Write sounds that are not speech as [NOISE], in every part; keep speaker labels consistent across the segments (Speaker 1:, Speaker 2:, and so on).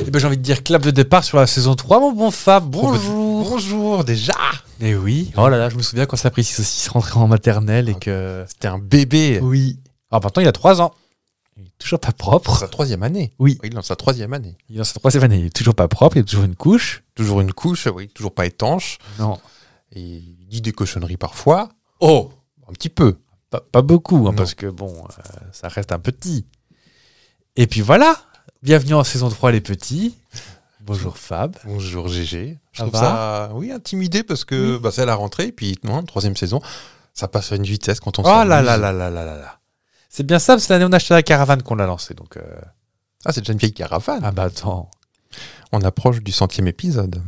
Speaker 1: Eh ben, j'ai envie de dire clap de départ sur la saison 3, mon bon Fab. Bonjour.
Speaker 2: Bonjour déjà
Speaker 1: Mais oui. Oh là là, je me souviens quand ça pris 6 rentrait en maternelle et que.
Speaker 2: C'était un bébé
Speaker 1: Oui. Alors maintenant, il a 3 ans. Il est toujours pas
Speaker 2: Pour
Speaker 1: propre.
Speaker 2: sa troisième année
Speaker 1: Oui.
Speaker 2: Il est dans sa troisième année.
Speaker 1: Il est dans sa troisième année. Il est toujours pas propre. Il a toujours une couche.
Speaker 2: Toujours une couche, oui, toujours pas étanche.
Speaker 1: Non.
Speaker 2: Et il dit des cochonneries parfois,
Speaker 1: Oh
Speaker 2: un petit peu.
Speaker 1: Pas, pas beaucoup, hein,
Speaker 2: Non.
Speaker 1: parce que bon, euh, ça reste un petit. Et puis voilà. Bienvenue en saison 3, les petits. Bonjour Fab.
Speaker 2: Bonjour GG. Je
Speaker 1: Ça va
Speaker 2: trouve ça, oui, intimidé parce que bah, c'est à la rentrée, et puis non, troisième saison, ça passe à une vitesse quand on
Speaker 1: Oh
Speaker 2: s'amuse.
Speaker 1: là là là là là là là. C'est bien ça, parce que l'année on a acheté la caravane qu'on l'a lancée. Donc, euh,
Speaker 2: Ah, c'est déjà une vieille caravane.
Speaker 1: ah bah attends.
Speaker 2: On approche du centième épisode.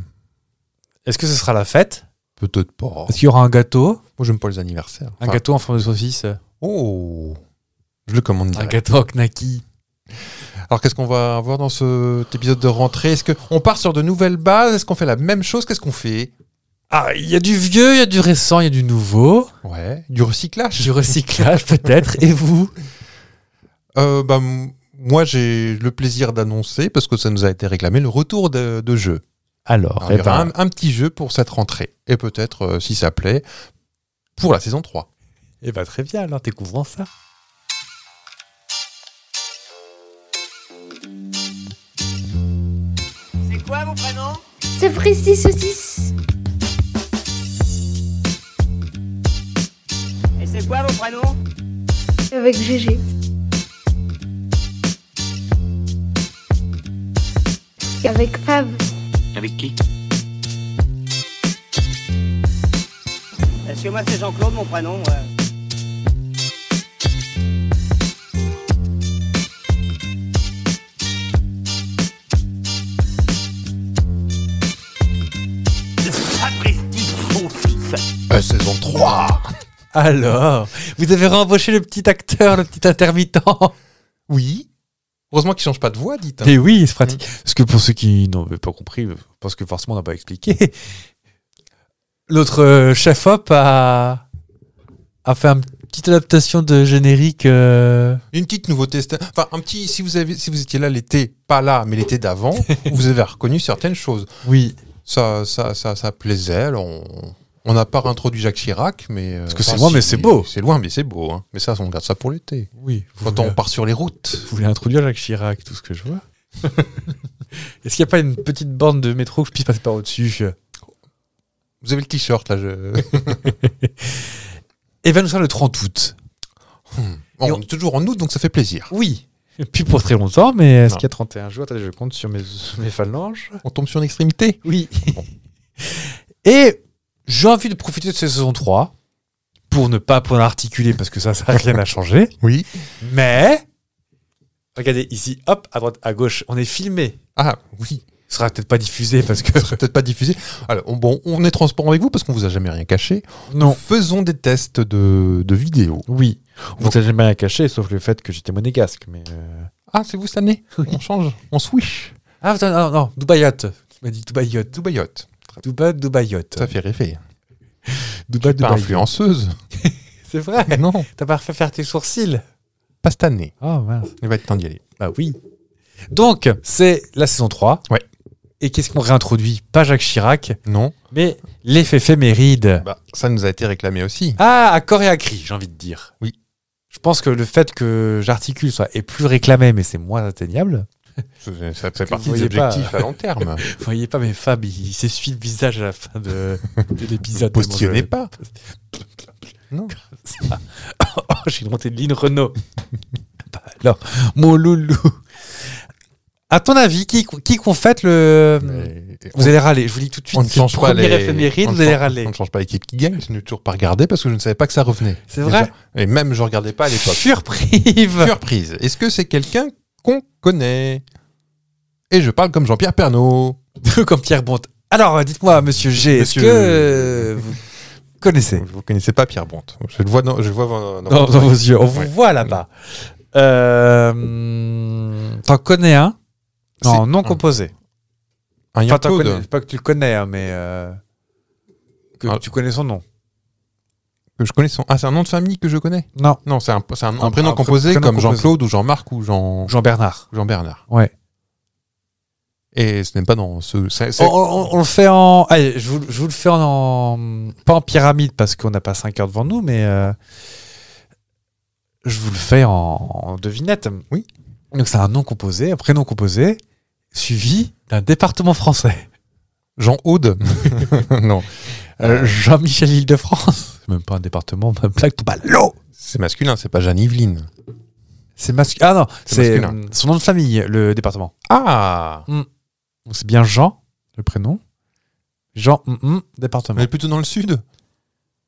Speaker 1: Est-ce que ce sera la fête
Speaker 2: Peut-être pas. Moi,
Speaker 1: Est-ce qu'il y aura un gâteau
Speaker 2: j'aime pas les anniversaires.
Speaker 1: Un
Speaker 2: Enfin,
Speaker 1: gâteau en forme de saucisse
Speaker 2: Oh Je le commande
Speaker 1: Un
Speaker 2: direct.
Speaker 1: gâteau en knaki
Speaker 2: Alors qu'est-ce qu'on va avoir dans cet épisode de rentrée Est-ce qu'on part sur de nouvelles bases Est-ce qu'on fait la même chose Qu'est-ce qu'on fait
Speaker 1: Ah, il y a du vieux, il y a du récent, il y a du nouveau,
Speaker 2: Ouais, du recyclage.
Speaker 1: du recyclage [LAUGHS] peut-être, et vous
Speaker 2: Euh, bah, m- moi j'ai le plaisir d'annoncer, parce que ça nous a été réclamé, le retour de, de jeu.
Speaker 1: Alors,
Speaker 2: Alors,
Speaker 1: eh
Speaker 2: il y aura
Speaker 1: ben,
Speaker 2: un, un petit jeu pour cette rentrée. Et peut-être, euh, si ça plaît, pour la saison 3.
Speaker 1: eh ben, très bien, alors découvrons ça.
Speaker 3: C'est quoi vos prénoms
Speaker 4: Ça ferait 6 saucisses.
Speaker 3: Et c'est quoi vos prénoms
Speaker 4: Avec GG. Avec Fab.
Speaker 5: Avec qui
Speaker 3: Parce que moi c'est Jean-Claude mon prénom. ouais.
Speaker 2: Euh, saison 3
Speaker 1: Alors, vous avez réembauché le petit acteur, le petit [LAUGHS] intermittent
Speaker 2: Oui Heureusement qu'il change pas de voix, dites. hein.
Speaker 1: Et Eh oui, c'est pratique. Mm. Parce que pour ceux qui n'avaient pas compris, parce que forcément on n'a pas expliqué, [LAUGHS] l'autre euh, chef op a, a fait une petite adaptation de générique. euh,
Speaker 2: Une petite nouveauté. c'était- Enfin, un petit. Si vous, avez, si vous étiez là l'été, pas là, mais
Speaker 1: [LAUGHS]
Speaker 2: l'été d'avant, vous avez reconnu certaines choses.
Speaker 1: Oui,
Speaker 2: ça, ça, ça, ça plaisait. Alors on on n'a pas réintroduit Jacques Chirac, mais. Parce
Speaker 1: que c'est loin, mais c'est beau.
Speaker 2: C'est loin, mais c'est beau. hein. Mais ça, on garde ça pour l'été.
Speaker 1: oui. vous
Speaker 2: Quand
Speaker 1: voulez-
Speaker 2: on part sur les routes.
Speaker 1: Vous voulez introduire Jacques Chirac, tout ce que je [LAUGHS] vois Est-ce qu'il n'y a pas une petite borne de métro que je puisse passer par au-dessus
Speaker 2: Vous avez le t-shirt, là.
Speaker 1: [LAUGHS]
Speaker 2: Je...
Speaker 1: Et va Eh ben, nous sera le 30 août.
Speaker 2: Bon,
Speaker 1: Et on-
Speaker 2: on est toujours en août, donc ça fait plaisir.
Speaker 1: [LAUGHS] Oui. Puis pour très longtemps, mais est-ce
Speaker 2: Non.
Speaker 1: qu'il y a 31 jours Attendez, je compte sur mes, mes phalanges.
Speaker 2: On tombe sur une extrémité.
Speaker 1: Oui. [LAUGHS] Et j'ai envie de profiter de cette saison 3 pour ne pas pour articuler parce que ça, ça n'a rien à [LAUGHS] changer.
Speaker 2: Oui.
Speaker 1: Mais regardez ici, hop, à droite, à gauche, on est filmé.
Speaker 2: Ah, oui.
Speaker 1: Ce sera peut-être pas diffusé parce
Speaker 2: [LAUGHS]
Speaker 1: que
Speaker 2: Peut-être pas diffusé. Alors, on- bon, on est transparent avec vous parce qu'on vous a jamais rien caché.
Speaker 1: non.
Speaker 2: Faisons des tests de, de vidéos.
Speaker 1: Oui. On
Speaker 2: Donc-
Speaker 1: t'a jamais rien caché, sauf le fait que j'étais monégasque. Mais
Speaker 2: Ah, c'est vous
Speaker 1: [LAUGHS]
Speaker 2: cette année On change. On switch.
Speaker 1: Ah, attends, non, non, Dubaïot. Tu m'as dit Dubaïot.
Speaker 2: Dubaïot.
Speaker 1: Duba, Dubaïot.
Speaker 2: Ça fait rêver.
Speaker 1: Duba,
Speaker 2: Pas
Speaker 1: Dubaïot.
Speaker 2: influenceuse.
Speaker 1: C'est vrai.
Speaker 2: non,
Speaker 1: [LAUGHS] T'as pas refait faire tes sourcils.
Speaker 2: pas cette année.
Speaker 1: Oh mince.
Speaker 2: Il va être temps d'y aller.
Speaker 1: Bah oui. Donc, c'est la saison 3.
Speaker 2: Ouais.
Speaker 1: Et qu'est-ce qu'on réintroduit Pas Jacques Chirac,
Speaker 2: Non.
Speaker 1: mais l'effet éphéméride.
Speaker 2: Bah, ça nous a été réclamé aussi.
Speaker 1: Ah, à corps et à cri, j'ai envie de dire.
Speaker 2: Oui.
Speaker 1: Je pense que le fait que j'articule soit est plus réclamé, mais c'est moins atteignable.
Speaker 2: Ça- Ça fait
Speaker 1: vous
Speaker 2: partie des
Speaker 1: voyez pas.
Speaker 2: objectifs à long terme.
Speaker 1: Vous voyez pas, mais Fab, il, il s'essuie le visage à la fin de, de [LAUGHS] l'épisode.
Speaker 2: [LAUGHS] Postillonnez
Speaker 1: tellement je-
Speaker 2: Non.
Speaker 1: Ça. [LAUGHS] Oh, j'ai une montée de ligne
Speaker 2: [LAUGHS]
Speaker 1: Renault. Bah alors, mon loulou. À ton avis, qui, qui qu'on fête le. Vous allez râler, je vous dis tout de suite.
Speaker 2: on ne change pas les.
Speaker 1: Première éphéméride,
Speaker 2: on ne
Speaker 1: vous allez
Speaker 2: change-
Speaker 1: râler.
Speaker 2: On ne change pas l'équipe qui gagne. Je n'ai toujours pas regardé parce que je ne savais pas que ça revenait.
Speaker 1: C'est vrai
Speaker 2: Et même je regardais pas
Speaker 1: [LAUGHS]
Speaker 2: à l'époque.
Speaker 1: Surprise
Speaker 2: Surprise. Est-ce que c'est quelqu'un qu'on connaît Et je parle comme Jean-Pierre Pernaud.
Speaker 1: Comme Pierre Bonte. Alors, euh, dites-moi, monsieur G, est-ce
Speaker 2: Monsieur-
Speaker 1: que euh, vous connaissez
Speaker 2: Vous connaissez pas Pierre Bonte. Je le vois dans, je le vois dans- dans-
Speaker 1: dans, dans vos yeux On
Speaker 2: Ouais.
Speaker 1: vous voit là-bas. Euh, T'en connais un Non,
Speaker 2: C'est-
Speaker 1: non composé.
Speaker 2: un
Speaker 1: Enfin, t'en
Speaker 2: Jean-Claude.
Speaker 1: connais- pas que tu le connais, hein, mais euh, que
Speaker 2: Ah.
Speaker 1: tu connais son nom.
Speaker 2: que je connais son. Ah, c'est un nom de famille que je connais.
Speaker 1: Non,
Speaker 2: Non, c'est un, c'est un- un
Speaker 1: Un-
Speaker 2: prénom
Speaker 1: un
Speaker 2: composé
Speaker 1: prénom
Speaker 2: comme
Speaker 1: composé.
Speaker 2: Jean-Claude ou Jean-Marc ou Jean,
Speaker 1: Jean Bernard.
Speaker 2: Jean Bernard.
Speaker 1: Ouais.
Speaker 2: Et ce n'est pas dans ce. c'est- c'est-
Speaker 1: On, on- on le fait en. Allez, je vous, je vous le fais en, en- Pas en pyramide parce qu'on n'a pas 5 heures devant nous, mais. euh, je vous le fais en, en devinette.
Speaker 2: Oui.
Speaker 1: Donc c'est un nom composé, un prénom composé, suivi d'un département français.
Speaker 2: Jean Aude [LAUGHS] Non,
Speaker 1: Euh, Jean-Michel Île-de-France. C'est même pas un département, ma blague tombe à l'eau.
Speaker 2: c'est masculin, c'est pas Jeanne Yveline.
Speaker 1: C'est masculin. Ah non,
Speaker 2: C'est
Speaker 1: c'est
Speaker 2: masculin.
Speaker 1: euh, son nom de famille, le département.
Speaker 2: Ah
Speaker 1: Donc c'est bien Jean, le prénom. Jean, hum, hum, département.
Speaker 2: Mais plutôt dans le sud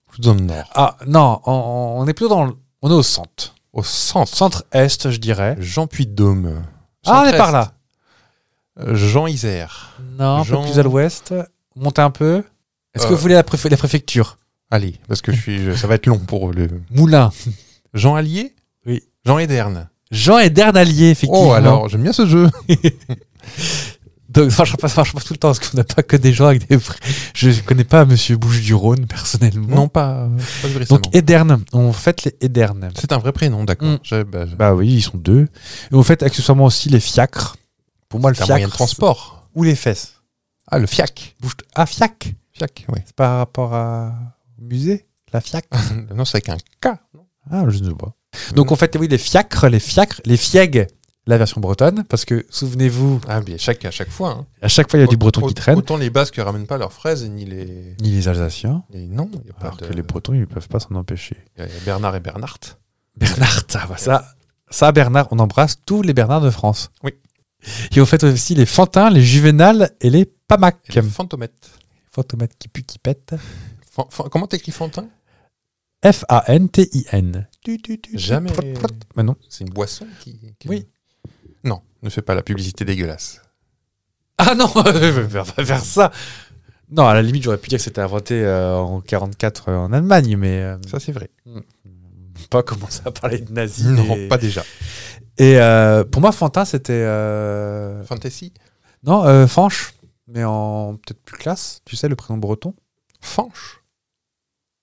Speaker 2: Plutôt dans le nord.
Speaker 1: Ah non, on, on est plutôt dans. le- On est au centre.
Speaker 2: Au centre.
Speaker 1: Centre-Est, je dirais.
Speaker 2: Jean Puy-de-Dôme.
Speaker 1: Ah, on est par
Speaker 2: Centre-Est.
Speaker 1: là.
Speaker 2: Euh, Jean Isère.
Speaker 1: Non, un
Speaker 2: Jean-
Speaker 1: peu plus à l'ouest. Montez un peu. Est-ce que
Speaker 2: Euh.
Speaker 1: vous voulez la, préfé- la préfecture
Speaker 2: Allez, parce que je suis, je- ça va être long pour le.
Speaker 1: Moulin.
Speaker 2: [LAUGHS] Jean Allier
Speaker 1: Oui.
Speaker 2: Jean Ederne.
Speaker 1: Jean et Dernalier, effectivement.
Speaker 2: Oh, alors, j'aime bien
Speaker 1: [LAUGHS]
Speaker 2: ce jeu.
Speaker 1: Donc, ça marche pas, ça marche pas tout le temps, parce qu'on n'a pas que des gens avec des... vrais- Je connais pas Monsieur Bouche-du-Rhône, personnellement.
Speaker 2: Non, pas, pas de récemment.
Speaker 1: Donc, Ederne. On fête les Edernes.
Speaker 2: C'est un vrai prénom, d'accord.
Speaker 1: Mm.
Speaker 2: J'ai- bah, j'ai-
Speaker 1: Bah oui, ils sont deux. Et on fête accessoirement aussi les fiacres. Pour moi, le
Speaker 2: c'est un moyen
Speaker 1: fiacre.
Speaker 2: de transport.
Speaker 1: Ou les fesses.
Speaker 2: Ah, le fiac.
Speaker 1: Bouche- Ah, fiac
Speaker 2: Fiac, oui.
Speaker 1: C'est par rapport à... au musée La fiac
Speaker 2: [LAUGHS] non, c'est avec un K.
Speaker 1: Ah, je ne sais pas. Donc en fait, oui, les fiacres, les fiacres, les fiègues, la version bretonne, parce que souvenez-vous,
Speaker 2: Ah, bien, chaque, à chaque fois. hein.
Speaker 1: à chaque fois il y a du breton
Speaker 2: Au-
Speaker 1: qui traîne,
Speaker 2: Autant les Basques ramènent pas leurs fraises, ni les.
Speaker 1: ni les Alsaciens,
Speaker 2: les- non, il y a pas
Speaker 1: alors
Speaker 2: de-
Speaker 1: que les Bretons, ils ne peuvent pas s'en empêcher.
Speaker 2: il y a Bernard et Bernard.
Speaker 1: Bernard, ça, va, ça, ça, Bernard, on embrasse tous les Bernards de France.
Speaker 2: Oui.
Speaker 1: Et au fait aussi les Fantins, les Juvénales et les Pamacs.
Speaker 2: Et les fantomètres.
Speaker 1: Fantomates qui puent, qui pètent.
Speaker 2: Fan- fan- comment t'écris Fantin
Speaker 1: F-A-N-T-I-N. Tu, tu, tu, tu,
Speaker 2: Jamais.
Speaker 1: prot, prot. Mais non.
Speaker 2: C'est une boisson qui, qui-
Speaker 1: Oui.
Speaker 2: Non, ne fais pas la publicité dégueulasse.
Speaker 1: [LAUGHS] Ah non, [LAUGHS] je vais faire- pas faire ça. Non, à la limite, j'aurais pu dire que c'était inventé euh, en 44 euh, en Allemagne, mais euh,
Speaker 2: Ça, c'est vrai.
Speaker 1: pas commencer à parler de nazis.
Speaker 2: Non,
Speaker 1: et
Speaker 2: pas déjà.
Speaker 1: et, euh, pour moi, Fantin, c'était euh,
Speaker 2: Fantasy
Speaker 1: non euh, Fanche, mais en peut-être plus classe. Tu sais le prénom breton
Speaker 2: Fanche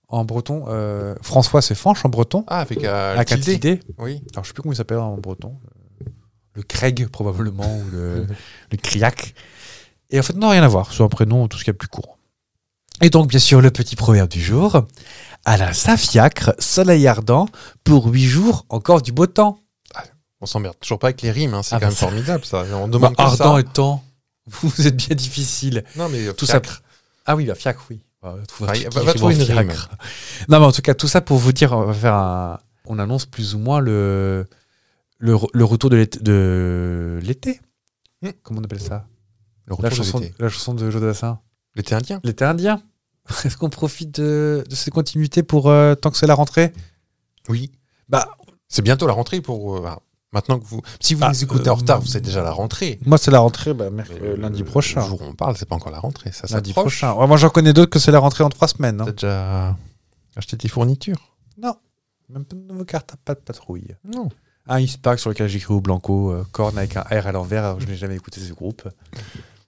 Speaker 1: en breton. euh, François, c'est Fanche en breton.
Speaker 2: Ah, avec euh,
Speaker 1: Avec un
Speaker 2: tilde.
Speaker 1: tilde.
Speaker 2: Oui.
Speaker 1: Alors je sais plus comment il s'appelle en breton. Euh, Le Craig probablement ou [LAUGHS] le, le Criac. Et en fait, non, rien à voir. C'est un prénom, tout ce qu'il y a de plus court. Et donc, bien sûr, le petit proverbe du jour. À la Saint-Fiacre, soleil ardent, pour huit jours, encore du beau temps.
Speaker 2: On s'emmerde toujours pas avec les rimes, hein, c'est
Speaker 1: Ah,
Speaker 2: quand
Speaker 1: bah,
Speaker 2: même
Speaker 1: ça-
Speaker 2: formidable ça. On demande
Speaker 1: Bah,
Speaker 2: que
Speaker 1: ardent
Speaker 2: ça.
Speaker 1: et temps. Vous êtes bien difficile.
Speaker 2: Non, mais euh,
Speaker 1: Tout ça-
Speaker 2: fiacre.
Speaker 1: Ah oui, bah, fiacre, oui. Bah, trouve un
Speaker 2: Ah,
Speaker 1: truc
Speaker 2: va-
Speaker 1: qui
Speaker 2: va
Speaker 1: rime
Speaker 2: trouver
Speaker 1: en
Speaker 2: une
Speaker 1: fiacre. Non, mais en tout cas, tout ça pour vous dire, on va faire un- On annonce plus ou moins le, le, re- le retour de l'été. de l'été.
Speaker 2: Hmm.
Speaker 1: Comment on appelle ça
Speaker 2: Le
Speaker 1: la
Speaker 2: retour de
Speaker 1: chanson,
Speaker 2: l'été.
Speaker 1: la chanson de Joe Dassin.
Speaker 2: L'été indien.
Speaker 1: L'été indien. [LAUGHS] Est-ce qu'on profite de, de ces continuités pour euh, tant que c'est la rentrée
Speaker 2: Oui.
Speaker 1: Bah,
Speaker 2: C'est bientôt la rentrée pour. euh, bah, maintenant que vous. Si vous
Speaker 1: Ah,
Speaker 2: nous écoutez
Speaker 1: euh,
Speaker 2: en retard, vous êtes déjà à la rentrée.
Speaker 1: moi, c'est la rentrée bah, merc-
Speaker 2: Mais
Speaker 1: euh, lundi
Speaker 2: le-
Speaker 1: prochain.
Speaker 2: Le jour où on parle, c'est pas encore la rentrée. Ça
Speaker 1: Lundi
Speaker 2: s'approche.
Speaker 1: prochain. Ouais, moi, j'en connais d'autres que c'est la rentrée en trois semaines. hein.
Speaker 2: T'as déjà acheté tes fournitures
Speaker 1: Même pas de nouveau carte, pas de patrouille.
Speaker 2: Non.
Speaker 1: Un X-Pack sur lequel j'écris au Blanco, euh, Korn avec un R à l'envers, alors que je n'ai jamais écouté ce groupe.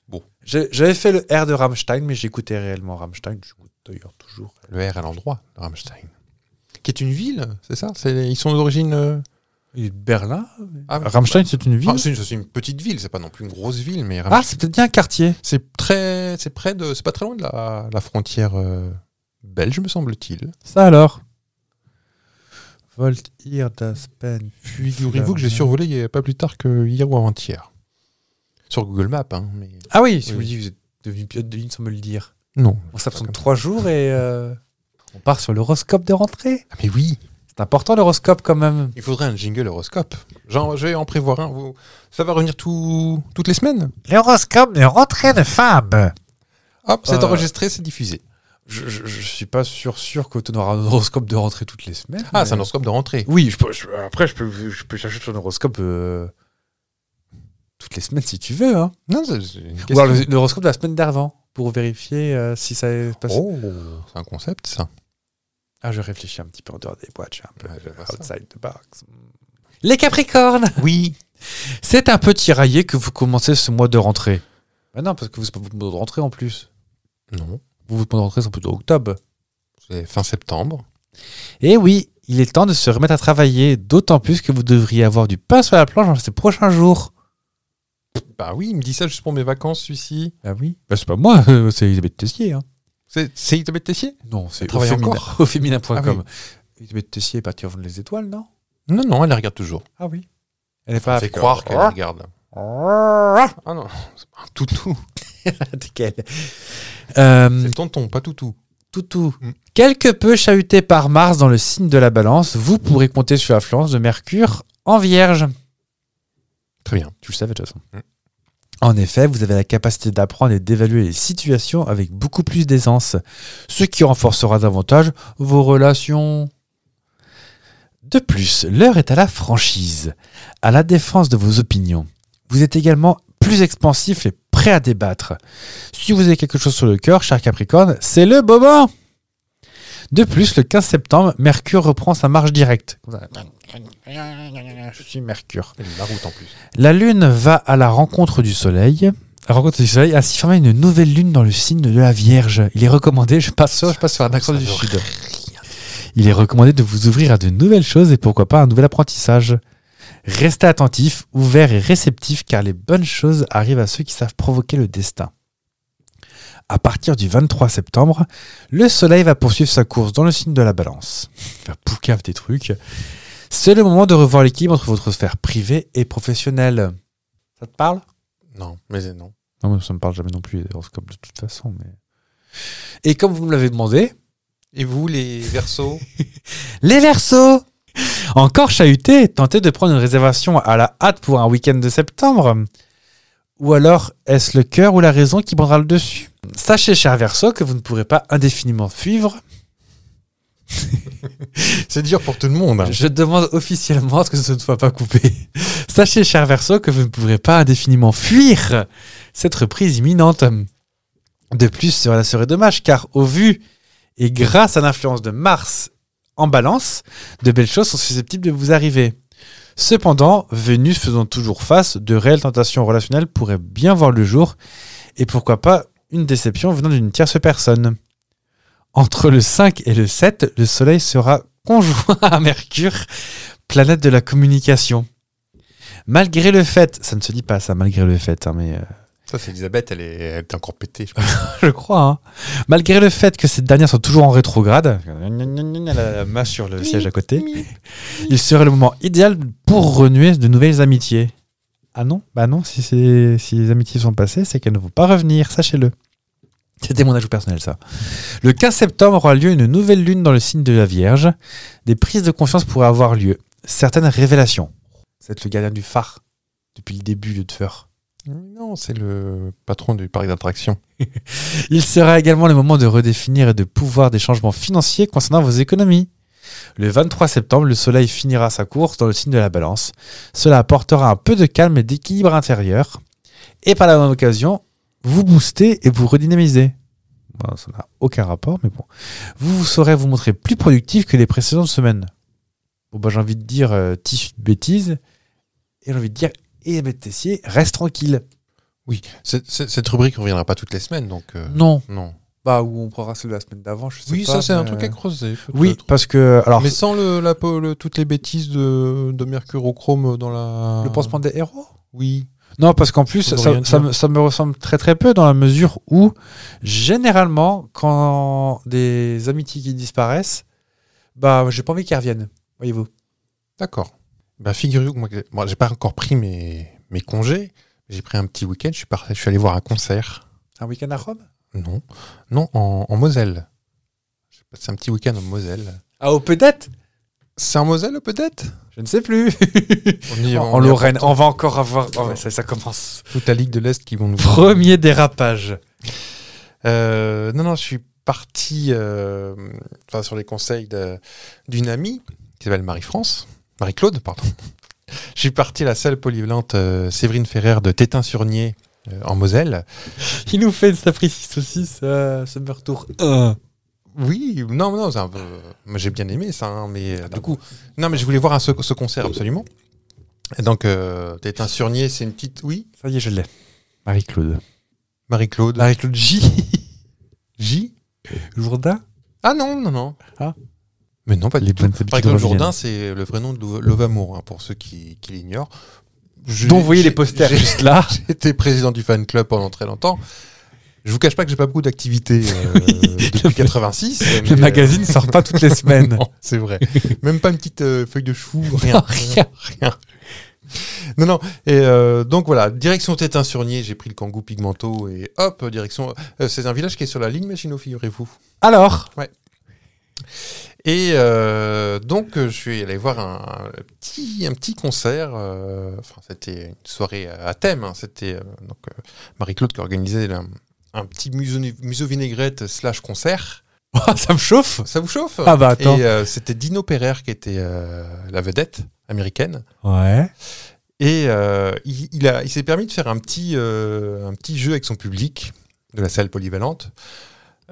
Speaker 2: Bon.
Speaker 1: J'ai- J'avais fait le R de Rammstein, mais j'écoutais réellement Rammstein. J'écoute d'ailleurs toujours.
Speaker 2: Le R à l'endroit de Rammstein. Qui est une ville, c'est ça C'est- Ils sont d'origine. euh,
Speaker 1: Et Berlin
Speaker 2: Ah,
Speaker 1: Rammstein, c'est une ville
Speaker 2: Ah, c'est une, c'est une petite ville, c'est pas non plus une grosse ville, mais
Speaker 1: Ah, c'est peut-être bien un quartier.
Speaker 2: c'est très, c'est près de, c'est pas très loin de la, la frontière euh, belge, me semble-t-il.
Speaker 1: Ça alors Volt, Ir, Das, Pen,
Speaker 2: Figurez-vous que
Speaker 1: Euh,
Speaker 2: j'ai survolé il y a pas plus tard que hier ou avant-hier sur Google Maps, hein, mais
Speaker 1: Ah oui, si
Speaker 2: Oui.
Speaker 1: vous me dites, vous êtes devenu pilote de ligne sans me le dire.
Speaker 2: non.
Speaker 1: On s'absente
Speaker 2: comme ça.
Speaker 1: trois jours et euh, on part sur l'horoscope de rentrée.
Speaker 2: Ah, mais oui,
Speaker 1: C'est important l'horoscope quand même.
Speaker 2: il faudrait un jingle horoscope. Genre, je vais en prévoir un. vous- Ça va revenir tout- toutes les semaines.
Speaker 1: L'horoscope de rentrée de Fab.
Speaker 2: Hop, c'est
Speaker 1: Euh,
Speaker 2: enregistré, c'est diffusé.
Speaker 1: Je, je, je suis pas sûr sûr qu'Auton aura un horoscope de rentrée toutes les semaines.
Speaker 2: Ah,
Speaker 1: mais-
Speaker 2: c'est un horoscope de rentrée.
Speaker 1: Oui, je peux- je- après je peux, je peux chercher ton horoscope euh, toutes les semaines si tu veux. Hein.
Speaker 2: Non, c'est c'est une
Speaker 1: Ou alors
Speaker 2: question.
Speaker 1: le- l'horoscope de la semaine d'avant pour vérifier euh, si ça se passe.
Speaker 2: Oh, c'est un concept, ça.
Speaker 1: Ah, je réfléchis un petit peu en dehors des boîtes, je suis un peu
Speaker 2: Ouais, je vois Ah, ça.
Speaker 1: outside the box. Les Capricornes Oui. C'est un peu tiraillé que vous commencez ce mois de rentrée. Bah non, parce que vous c'est pas votre mois de rentrée en plus.
Speaker 2: Non,
Speaker 1: Vous, votre mois de rentrée, c'est plutôt octobre.
Speaker 2: c'est fin septembre.
Speaker 1: Eh oui, il est temps de se remettre à travailler, d'autant plus que vous devriez avoir du pain sur la planche dans ces prochains jours.
Speaker 2: Bah oui, il me dit ça juste pour mes vacances, celui-ci.
Speaker 1: Ah oui bah, C'est pas moi, [LAUGHS] euh, c'est Elisabeth Tessier. hein.
Speaker 2: C'est c'est Elisabeth Tessier
Speaker 1: Non, c'est au
Speaker 2: travaille
Speaker 1: féminin-
Speaker 2: encore
Speaker 1: [LAUGHS] au féminin.com.
Speaker 2: Ah
Speaker 1: Elisabeth Tessier est partie vendre les étoiles, non
Speaker 2: Non, non, elle la regarde toujours.
Speaker 1: Ah oui. Elle est pas [LAUGHS]
Speaker 2: fait croire qu'elle la regarde. Ah non, Mm. c'est pas un toutou.
Speaker 1: Euh,
Speaker 2: C'est le tonton, pas toutou.
Speaker 1: Toutou.
Speaker 2: Mm.
Speaker 1: Quelque peu chahuté par Mars dans le signe de la balance, vous pourrez compter sur l'affluence de Mercure en vierge.
Speaker 2: Très bien.
Speaker 1: Tu le savais de toute façon.
Speaker 2: Mm.
Speaker 1: En effet, vous avez la capacité d'apprendre et d'évaluer les situations avec beaucoup plus d'aisance, ce qui renforcera davantage vos relations. De plus, l'heure est à la franchise, à la défense de vos opinions. Vous êtes également plus expansif et prêt à débattre. Si vous avez quelque chose sur le cœur, cher Capricorne, c'est le moment De plus, le 15 septembre, Mercure reprend sa marche directe. Comme ça. Je suis Mercure.
Speaker 2: Elle est la route en plus.
Speaker 1: La Lune va à la rencontre du Soleil. La rencontre du Soleil, ainsi former une nouvelle Lune dans le signe de la Vierge. Il est recommandé, je passe, sur- je passe sur un accent
Speaker 2: ça
Speaker 1: du
Speaker 2: veut
Speaker 1: Sud. Il est recommandé de vous ouvrir à de nouvelles choses et pourquoi pas un nouvel apprentissage. Restez attentif, ouvert et réceptif car les bonnes choses arrivent à ceux qui savent provoquer le destin. À partir du 23 septembre, le Soleil va poursuivre sa course dans le signe de la Balance. Il va poucave des trucs. C'est le moment de revoir l'équilibre entre votre sphère privée et professionnelle. Ça te parle
Speaker 2: Non, mais non.
Speaker 1: Non, moi, ça me parle jamais non plus, les horoscopes de toute façon. Mais... Et comme vous me l'avez demandé,
Speaker 2: Et vous, les versos
Speaker 1: les Verseaux Encore chahuté, tentez de prendre une réservation à la hâte pour un week-end de septembre Ou alors, est-ce le cœur ou la raison qui prendra le dessus Sachez, cher Verseau, que vous ne pourrez pas indéfiniment suivre.
Speaker 2: [LAUGHS] C'est dur pour tout le monde. hein.
Speaker 1: Je demande officiellement à ce que ce ne soit pas coupé. [LAUGHS] Sachez, cher Verseau, que vous ne pourrez pas indéfiniment fuir cette reprise imminente. De plus, cela serait dommage, car au vu et grâce à l'influence de Mars en balance, de belles choses sont susceptibles de vous arriver. Cependant, Vénus faisant toujours face, de réelles tentations relationnelles pourraient bien voir le jour, et pourquoi pas une déception venant d'une tierce personne. Entre le 5 et le 7, le Soleil sera conjoint [LAUGHS] à Mercure, planète de la communication. Malgré le fait, ça ne se dit pas ça, malgré le fait, hein, mais euh,
Speaker 2: Ça, c'est Elisabeth, elle est, elle est encore pétée. je pense.
Speaker 1: [LAUGHS] je crois. hein. Malgré le fait que cette dernière soit toujours en rétrograde, la main sur le siège à côté, il serait le moment idéal pour renouer de nouvelles amitiés. Ah non Bah non, si, c'est- si les amitiés sont passées, c'est qu'elles ne vont pas revenir, sachez-le. C'était mon ajout personnel, ça. Le 15 septembre aura lieu une nouvelle lune dans le signe de la Vierge. Des prises de conscience pourraient avoir lieu. Certaines révélations. C'est le gardien du phare depuis le début, le tueur.
Speaker 2: non, c'est le patron du parc d'attractions.
Speaker 1: Il sera également le moment de redéfinir et de pouvoir des changements financiers concernant vos économies. Le 23 septembre, le soleil finira sa course dans le signe de la balance. Cela apportera un peu de calme et d'équilibre intérieur. Et par la même occasion, vous boostez et vous redynamisez. Bon, ça n'a aucun rapport, mais bon. Vous, vous saurez vous montrer plus productif que les précédentes semaines. Bon, bah, j'ai envie de dire euh, tissu de bêtises. Et j'ai envie de dire, eh et Tessier, reste tranquille.
Speaker 2: Oui, c'est- c'est- cette rubrique ne reviendra pas toutes les semaines, donc euh,
Speaker 1: Non.
Speaker 2: non.
Speaker 1: Bah, ou on prendra celle de la semaine d'avant, je sais
Speaker 2: Oui,
Speaker 1: pas,
Speaker 2: ça, c'est un
Speaker 1: mais- euh,
Speaker 2: truc à creuser. peut-être.
Speaker 1: Oui, parce que. Alors,
Speaker 2: mais sans le, la, po- le- toutes les bêtises de, de mercurochrome dans la.
Speaker 1: le pansement des héros
Speaker 2: Oui.
Speaker 1: Non, parce qu'en plus,
Speaker 2: Ça
Speaker 1: ça,
Speaker 2: veut rien
Speaker 1: ça
Speaker 2: dire.
Speaker 1: me, ça me ressemble très très peu dans la mesure où, généralement, quand des amitiés qui disparaissent, bah, j'ai pas envie qu'elles reviennent, voyez-vous.
Speaker 2: D'accord. Ben, figurez-vous que moi, que- moi, j'ai pas encore pris mes, mes congés. J'ai pris un petit week-end. Je suis, par- je suis allé voir un concert.
Speaker 1: Un week-end à Rome
Speaker 2: Non. Non, en, en Moselle. J'ai passé un petit week-end en Moselle.
Speaker 1: Ah, oh, peut-être
Speaker 2: C'est en Moselle, peut-être
Speaker 1: Je ne sais plus.
Speaker 2: On y-
Speaker 1: en
Speaker 2: on y
Speaker 1: Lorraine, on va encore avoir. oh, ouais, ça, ça commence.
Speaker 2: toute la Ligue de l'Est qui vont nous.
Speaker 1: Premier dérapage.
Speaker 2: Euh, non, non, je suis parti euh, enfin, sur les conseils de- d'une amie qui s'appelle Marie-France, Marie-Claude, pardon. Je suis parti à la salle polyvalente euh, Séverine Ferrer de Tétin-sur-Nier euh, en Moselle.
Speaker 1: Il nous fait une saprissi saucisse, euh, Summer Tour 1.
Speaker 2: Oui, non, non, c'est un peu- moi, j'ai bien aimé ça, hein, mais euh, du coup, non, mais je voulais voir un- ce, ce concert absolument. Et donc, euh, Tétin-sur-Nier, c'est une petite, oui,
Speaker 1: Ça y est, je l'ai. Marie-Claude.
Speaker 2: Marie-Claude.
Speaker 1: Marie-Claude J.
Speaker 2: J
Speaker 1: Jourdain
Speaker 2: Ah non, non, non.
Speaker 1: Ah.
Speaker 2: Mais non, pas
Speaker 1: Les
Speaker 2: du tout.
Speaker 1: bonnes habitudes
Speaker 2: Marie-Claude
Speaker 1: reviennent.
Speaker 2: Jourdain, c'est le vrai nom de Lou- Love Amour, hein, pour ceux qui, qui l'ignorent. je-
Speaker 1: dont vous voyez
Speaker 2: j'ai-
Speaker 1: les posters
Speaker 2: j'ai- [LAUGHS]
Speaker 1: juste là.
Speaker 2: J'étais président du fan club pendant très longtemps. Je vous cache pas que j'ai pas beaucoup d'activités
Speaker 1: [LAUGHS]
Speaker 2: euh, depuis 86. mais,
Speaker 1: Le
Speaker 2: euh, [LAUGHS]
Speaker 1: magazine sort pas toutes les [LAUGHS] semaines.
Speaker 2: non, c'est vrai. Même pas une petite euh, feuille
Speaker 1: [LAUGHS]
Speaker 2: de chou, rien.
Speaker 1: Oh, Rien.
Speaker 2: rien. Non, non. Et euh, donc voilà, direction Tétin-sur-Nier, j'ai pris le kangou Pigmento et hop, direction. euh, c'est un village qui est sur la ligne Maginot, figurez-vous.
Speaker 1: [LAUGHS] Alors,
Speaker 2: Et euh, donc, euh, je suis allé voir un, un petit, un petit concert. euh, Enfin, c'était une soirée à à thème. hein, c'était euh, donc euh, Marie-Claude qui organisait là, un petit museau, museau vinaigrette slash concert.
Speaker 1: Ah, ça me chauffe.
Speaker 2: Ça vous chauffe
Speaker 1: Ah bah attends.
Speaker 2: Et euh, c'était Dino Perrer qui était euh, la vedette américaine.
Speaker 1: Ouais.
Speaker 2: Et euh, il, il a- il s'est permis de faire un petit, euh, un petit jeu avec son public de la salle polyvalente.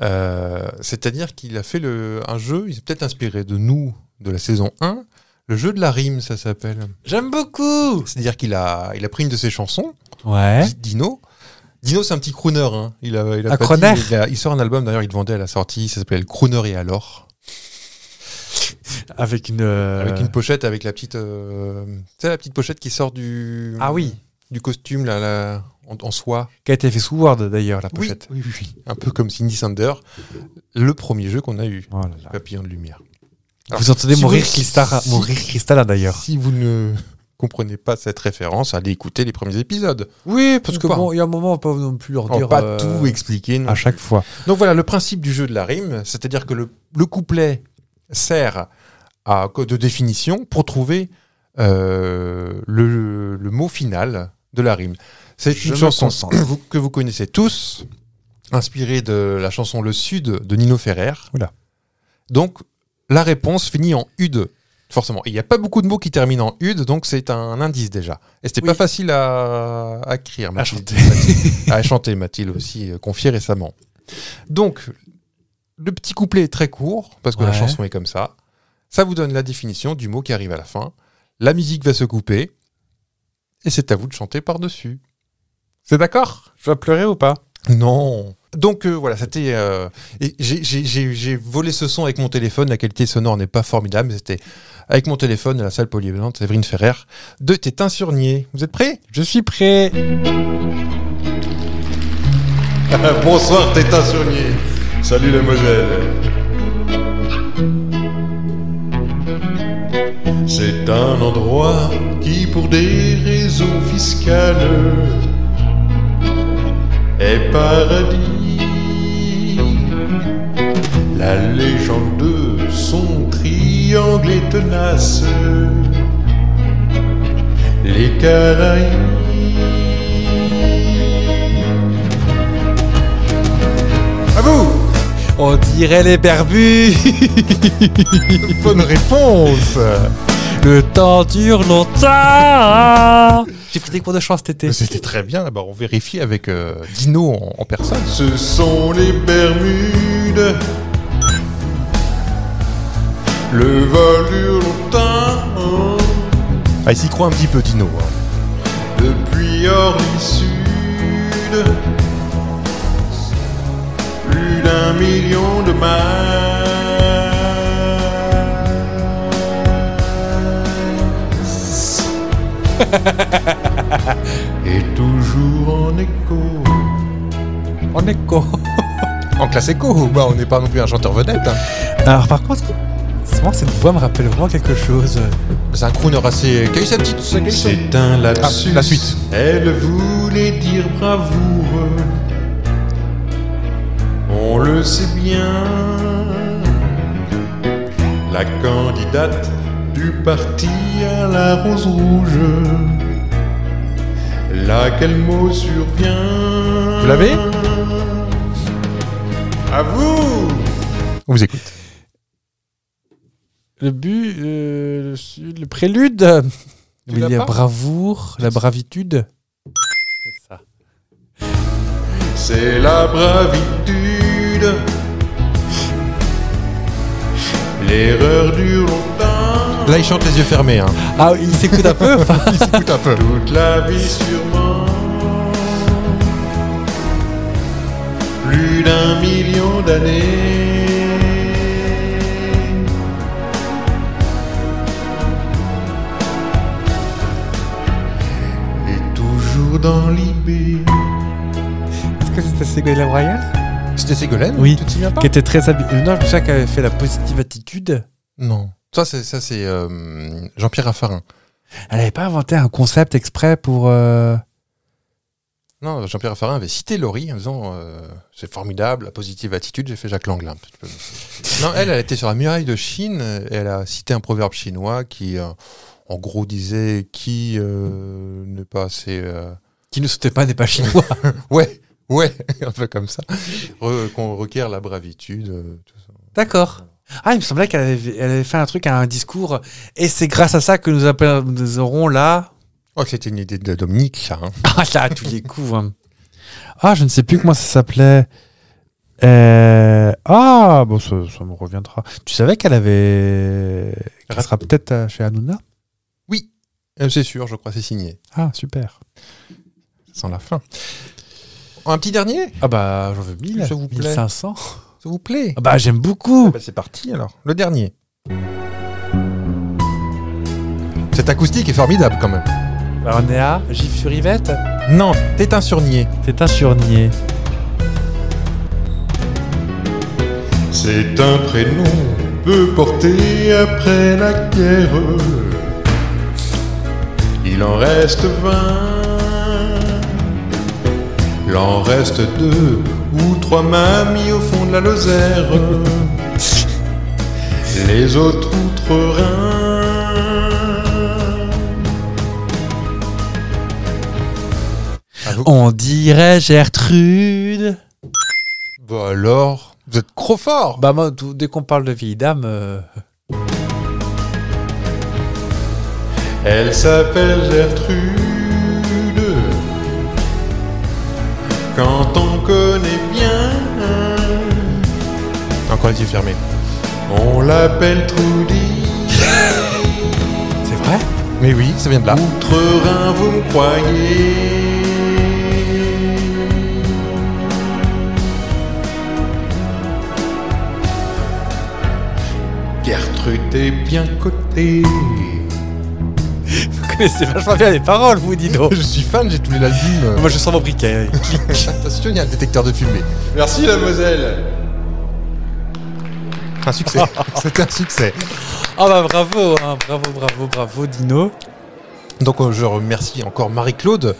Speaker 2: Euh, C'est-à-dire qu'il a fait le, un jeu, il s'est peut-être inspiré de nous, de la saison 1, le jeu de la rime, ça s'appelle.
Speaker 1: J'aime beaucoup.
Speaker 2: C'est-à-dire qu'il a, il a pris une de ses chansons,
Speaker 1: Ouais.
Speaker 2: Di- Dino. Dino, c'est un petit crooner. hein. Il, a, il, a
Speaker 1: Hein Un
Speaker 2: pas
Speaker 1: crooner
Speaker 2: dit- il, a- il sort un album, d'ailleurs, il le vendait à la sortie, ça s'appelait Le Crooner et alors.
Speaker 1: Avec une. euh,
Speaker 2: Avec une pochette, avec la petite. euh, tu sais, la petite pochette qui sort du.
Speaker 1: Ah oui.
Speaker 2: Du costume, là, là, en, en soie.
Speaker 1: Qui a été fait sous Word d'ailleurs la
Speaker 2: Oui,
Speaker 1: pochette.
Speaker 2: oui, oui, oui. Un peu comme Cindy Sander, le premier jeu qu'on a eu,
Speaker 1: Oh là là.
Speaker 2: Papillon de Lumière. Alors,
Speaker 1: Vous entendez
Speaker 2: si
Speaker 1: mon
Speaker 2: vous-
Speaker 1: rire cristal,
Speaker 2: si-
Speaker 1: mon rire cristallin d'ailleurs.
Speaker 2: Si vous ne [LAUGHS] comprenez pas cette référence, allez écouter les premiers épisodes.
Speaker 1: Oui,
Speaker 2: parce que bon,
Speaker 1: il y a un moment, on ah, peut non plus leur euh,
Speaker 2: On va pas tout expliquer. non.
Speaker 1: à chaque fois.
Speaker 2: Donc voilà, le principe du jeu de la rime, c'est-à-dire que le, le couplet sert à, de définition pour trouver euh, le, le mot final de la rime. C'est
Speaker 1: Je
Speaker 2: une
Speaker 1: me
Speaker 2: chanson
Speaker 1: concentre.
Speaker 2: vous- que vous connaissez tous, inspirée de la chanson Le Sud de Nino Ferrer.
Speaker 1: Oula.
Speaker 2: Donc la réponse finit en UD. Forcément, il n'y a pas beaucoup de mots qui terminent en UD, donc c'est un indice déjà. Et c'était
Speaker 1: Oui.
Speaker 2: pas facile à, à écrire.
Speaker 1: À
Speaker 2: Mathilde.
Speaker 1: chanter.
Speaker 2: Mathilde- à chanter, Mathilde aussi euh, confié récemment. Donc, le petit couplet est très court, parce que la
Speaker 1: Ouais.
Speaker 2: chanson est comme ça. Ça vous donne la définition du mot qui arrive à la fin. La musique va se couper, et c'est à vous de chanter par-dessus. C'est d'accord
Speaker 1: Je vais pleurer ou pas
Speaker 2: Non. Donc euh, voilà, c'était. euh, et j'ai- J'ai j'ai- j'ai volé ce son avec mon téléphone. La qualité sonore n'est pas formidable, mais c'était avec mon téléphone à la salle polyvalente Séverine Ferrer de Tétin sur Nier. Vous êtes prêts
Speaker 1: Je suis prêt.
Speaker 5: Euh, Bonsoir Tétin Saunier. Salut la Moselle. C'est un endroit qui, pour des raisons fiscales, est paradis. La légende de son triangle est tenace. Les Caraïbes.
Speaker 2: À vous
Speaker 1: On dirait les [LAUGHS] berbus.
Speaker 2: Bonne réponse
Speaker 1: Le temps dure longtemps. J'ai pris des cours de chant cet été.
Speaker 2: C'était très bien, là-bas on vérifie avec euh, Dino en, en personne.
Speaker 5: Ce sont les Bermudes. Le vol dure longtemps
Speaker 2: Ah, il s'y croit un petit peu Dino. hein.
Speaker 5: depuis Orly Sud. Plus d'un million de masses. Et toujours en écho.
Speaker 1: On est con.
Speaker 2: En classe éco, bah, on n'est pas non plus un chanteur vedette. hein.
Speaker 1: Alors par contre, souvent cette voix me rappelle vraiment quelque chose.
Speaker 2: C'est un crooner assez... Quelle est sa petite... sa- quelle est son-
Speaker 5: C'est un lapsus.
Speaker 2: Ah, la suite.
Speaker 5: Elle voulait dire bravoure. On le sait bien. La candidate du parti à la rose rouge. Laquelle mot survient
Speaker 2: Vous l'avez
Speaker 5: À vous
Speaker 2: On vous écoute.
Speaker 1: Le but, euh, le, su- le prélude.
Speaker 2: Tu
Speaker 1: Oui,
Speaker 2: l'as
Speaker 1: la
Speaker 2: pas
Speaker 1: bravoure, la bravitude.
Speaker 5: C'est la bravitude. L'erreur dure longtemps.
Speaker 2: Là il chante les yeux fermés.
Speaker 5: [LAUGHS]
Speaker 2: Hein.
Speaker 1: Ah, il s'écoute un peu. enfin.
Speaker 2: Il s'écoute un peu.
Speaker 5: Toute la vie sûrement. Plus d'un million d'années.
Speaker 6: que c'était Ségolène Royal
Speaker 2: C'était Ségolène
Speaker 1: Oui.
Speaker 2: Tu te souviens pas
Speaker 1: Qui était très habile. Non, je me souviens qu'elle avait fait la positive attitude.
Speaker 2: Non. Ça, c'est, ça, c'est euh, Jean-Pierre Raffarin.
Speaker 1: Elle n'avait pas inventé un concept exprès pour. euh,
Speaker 2: Non, Jean-Pierre Raffarin avait cité Laurie en disant euh, C'est formidable, la positive attitude, j'ai fait Jacques Langlin. non, elle, elle était sur la muraille de Chine, et elle a cité un proverbe chinois qui, euh, en gros, disait Qui euh, n'est pas assez. euh,
Speaker 1: Qui ne sautait pas n'est pas chinois.
Speaker 2: Ouais, ouais, [LAUGHS] un peu comme ça. Re- qu'on requiert la bravitude. euh, tout ça.
Speaker 1: D'accord. Ah, il me semblait qu'elle avait, elle avait fait un truc, un discours. Et c'est grâce à ça que nous, appel- nous aurons là.
Speaker 2: Oh, c'était une idée de Dominique, ça. hein.
Speaker 1: [LAUGHS] Ah, là, à tous les coups. hein. Ah, je ne sais plus comment ça s'appelait. Euh, Ah, bon, ça, ça me reviendra. Tu savais qu'elle avait. Qu'elle sera peut-être euh, chez Hanouna
Speaker 2: Oui, euh, c'est sûr, je crois, c'est signé.
Speaker 1: Ah, super.
Speaker 2: Sans la fin. Un petit dernier,
Speaker 1: Ah, bah, j'en veux 1000.
Speaker 2: Ça vous plaît
Speaker 1: 1500.
Speaker 2: s'il vous plaît.
Speaker 1: Ah, bah, j'aime beaucoup.
Speaker 2: Bah, c'est parti alors, le dernier. Cette acoustique est formidable quand même.
Speaker 1: Alors, Bah, on est à Gif sur Yvette.
Speaker 2: Non, t'es un surnier.
Speaker 1: C'est un surnier.
Speaker 5: C'est un prénom peu porté après la guerre. Il en reste vingt. L'en reste deux ou trois mamies au fond de la Lozère. Les autres outre-Rhin.
Speaker 1: On dirait Gertrude.
Speaker 2: Bah alors, vous êtes trop fort.
Speaker 1: Bah, moi, tout- dès qu'on parle de vieille dame. euh,
Speaker 5: Bah, Elle s'appelle Gertrude. Quand on connaît bien, hein.
Speaker 2: Encore les yeux fermés.
Speaker 5: on l'appelle Trudy.
Speaker 1: C'est vrai
Speaker 2: Mais oui, ça vient de là.
Speaker 5: Outre-Rhin, vous me croyez Gertrude est bien cotée.
Speaker 1: Vous connaissez vachement bien les paroles, vous, dis donc.
Speaker 2: [LAUGHS] Je suis fan, j'ai tous les albums. [LAUGHS]
Speaker 1: Moi, je sens mon briquet.
Speaker 2: Attention, il y a un détecteur de fumée.
Speaker 5: Merci la Moselle
Speaker 2: Un [LAUGHS] succès. C'était un succès.
Speaker 1: Ah bah bravo, hein, bravo, bravo, bravo Dino.
Speaker 2: Donc euh, je remercie encore Marie-Claude,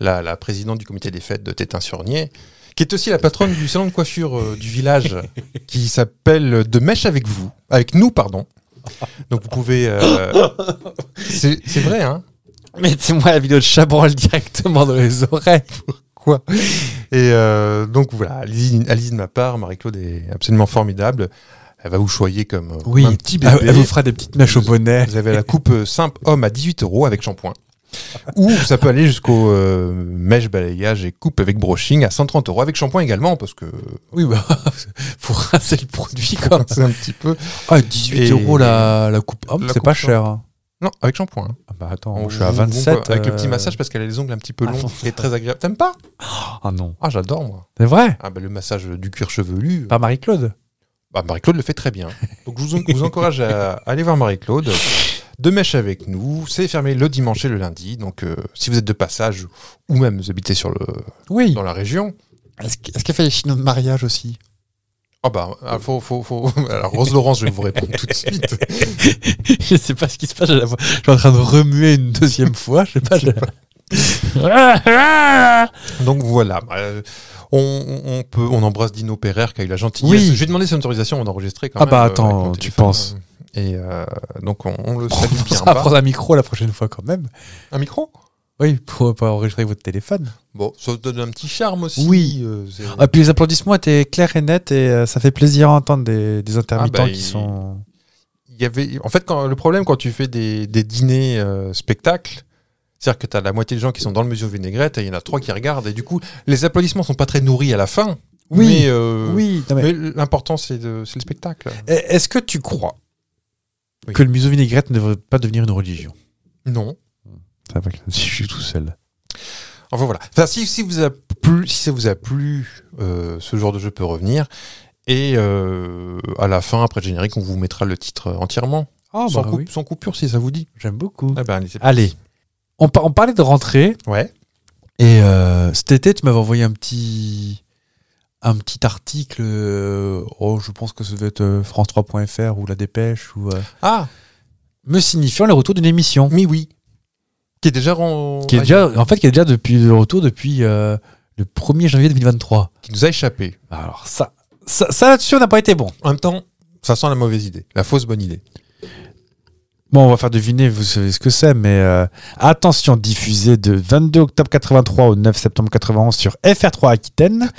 Speaker 2: la, la présidente du comité des fêtes de Tétin-sur-Nier, qui est aussi la patronne du salon de coiffure euh, du [LAUGHS] village, qui s'appelle De Mèche avec vous, avec nous, pardon. Donc vous pouvez... [LAUGHS] euh, c'est c'est vrai, hein
Speaker 1: Mettez-moi la vidéo de Chabrol directement dans les oreilles.
Speaker 2: Quoi Et euh, donc voilà, allez-y allez-y de ma part, Marie-Claude est absolument formidable. Elle va vous choyer comme euh, comme un petit bébé.
Speaker 1: Ah, Elle vous fera des petites mèches au bonnet.
Speaker 2: Vous avez la coupe euh, simple homme à 18 euros avec shampoing. Ou ça peut aller jusqu'au euh, mèche balayage et coupe avec brushing à 130 euros avec shampoing également parce que
Speaker 1: Oui, bah, [LAUGHS] faut rincer le produit, quoi.
Speaker 2: c'est un petit peu.
Speaker 1: Ah, 18
Speaker 2: Et-
Speaker 1: euros la, la coupe homme,
Speaker 2: La
Speaker 1: c'est
Speaker 2: coupe
Speaker 1: pas
Speaker 2: homme.
Speaker 1: cher. hein.
Speaker 2: Non, avec shampoing. hein.
Speaker 1: Ah bah attends,
Speaker 2: On-
Speaker 1: je suis à
Speaker 2: on- on-
Speaker 1: 27.
Speaker 2: Avec le
Speaker 1: euh,
Speaker 2: petit massage parce qu'elle a les ongles un petit peu
Speaker 1: Ah,
Speaker 2: longs
Speaker 1: non.
Speaker 2: et très agréable. T'aimes pas
Speaker 1: Ah non.
Speaker 2: Ah, j'adore moi.
Speaker 1: C'est vrai
Speaker 2: Ah, bah, le massage du cuir chevelu.
Speaker 1: Pas Marie-Claude
Speaker 2: Bah, Marie-Claude le fait très bien. Donc je vous, en- vous encourage à aller voir Marie-Claude. De mèche avec nous, c'est fermé le dimanche et le lundi. Donc euh, si vous êtes de passage ou même vous habitez sur le,
Speaker 1: Oui.
Speaker 2: dans la région,
Speaker 1: Est-ce que- est-ce qu'elle fait les chinos de mariage aussi
Speaker 2: Ah bah, ah, faut, faut, faut... [LAUGHS] Alors, Rose Laurence, je vais vous répondre tout de suite.
Speaker 1: [LAUGHS] Je sais pas ce qui se passe, je la vois- je suis en train de remuer une deuxième fois, je sais pas. je- [LAUGHS]
Speaker 2: Donc voilà, euh, on, on peut, on embrasse Dino Pereire qui a eu la gentillesse.
Speaker 1: Oui.
Speaker 2: Je lui ai demandé son autorisation avant d'enregistrer quand
Speaker 1: Ah
Speaker 2: même.
Speaker 1: bah,
Speaker 2: euh, avec
Speaker 1: attends,
Speaker 2: mon
Speaker 1: tu
Speaker 2: téléphone.
Speaker 1: penses.
Speaker 2: Et euh, donc on,
Speaker 1: [LAUGHS]
Speaker 2: on le
Speaker 1: Prends-
Speaker 2: salue bien
Speaker 1: pensez à
Speaker 2: bas.
Speaker 1: prendre un micro la prochaine fois quand même.
Speaker 2: Un micro
Speaker 1: Oui, pour pas enregistrer votre téléphone.
Speaker 2: Bon, ça donne un petit charme aussi.
Speaker 1: Oui.
Speaker 2: euh, c'est-
Speaker 1: Ah, puis les applaudissements étaient clairs et nets et euh, ça fait plaisir à entendre des, des intermittents
Speaker 2: Ah bah,
Speaker 1: qui
Speaker 2: il-
Speaker 1: sont.
Speaker 2: il y avait, en fait, quand, le problème quand tu fais des, des dîners euh, spectacles, c'est-à-dire que tu as la moitié des gens qui sont dans le musée aux vinaigrettes et il y en a trois qui regardent. Et du coup, les applaudissements sont pas très nourris à la fin.
Speaker 1: Oui.
Speaker 2: mais, euh,
Speaker 1: Oui, non, mais-
Speaker 2: Mais l'important, c'est de- c'est le spectacle.
Speaker 1: Est- Est-ce que tu crois
Speaker 2: Oui.
Speaker 1: que le museau vinaigrette ne devrait pas devenir une religion
Speaker 2: Non.
Speaker 1: Si je suis tout seul.
Speaker 2: Enfin voilà. Enfin, si, si vous a plu, si ça vous a plu, euh, ce genre de jeu peut revenir. Et euh, à la fin, après le générique, on vous mettra le titre entièrement.
Speaker 1: Ah,
Speaker 2: sans, coup- sans coupure, si ça vous dit.
Speaker 1: j'aime beaucoup.
Speaker 2: Ah ben, n'hésitez pas.
Speaker 1: bah. Allez, on, par- on parlait de rentrée
Speaker 2: Ouais.
Speaker 1: et euh, cet été, tu m'avais envoyé un petit. un petit article, euh, oh, je pense que ça devait être euh, France3.fr ou La Dépêche, ou, euh,
Speaker 2: Ah,
Speaker 1: me signifiant le retour d'une émission.
Speaker 2: mais oui. Qui est déjà ren-
Speaker 1: Qui est déjà, en fait, qui est déjà depuis, le retour depuis euh, le 1er janvier 2023.
Speaker 2: qui nous a échappé.
Speaker 1: Alors, ça, ça, ça là-dessus, on n'a pas été bon.
Speaker 2: En même temps, ça sent la mauvaise idée, la fausse bonne idée.
Speaker 1: Bon, on va faire deviner, vous savez ce que c'est, mais euh, attention, diffusé de 22 octobre 83 au 9 septembre 91 sur FR3 Aquitaine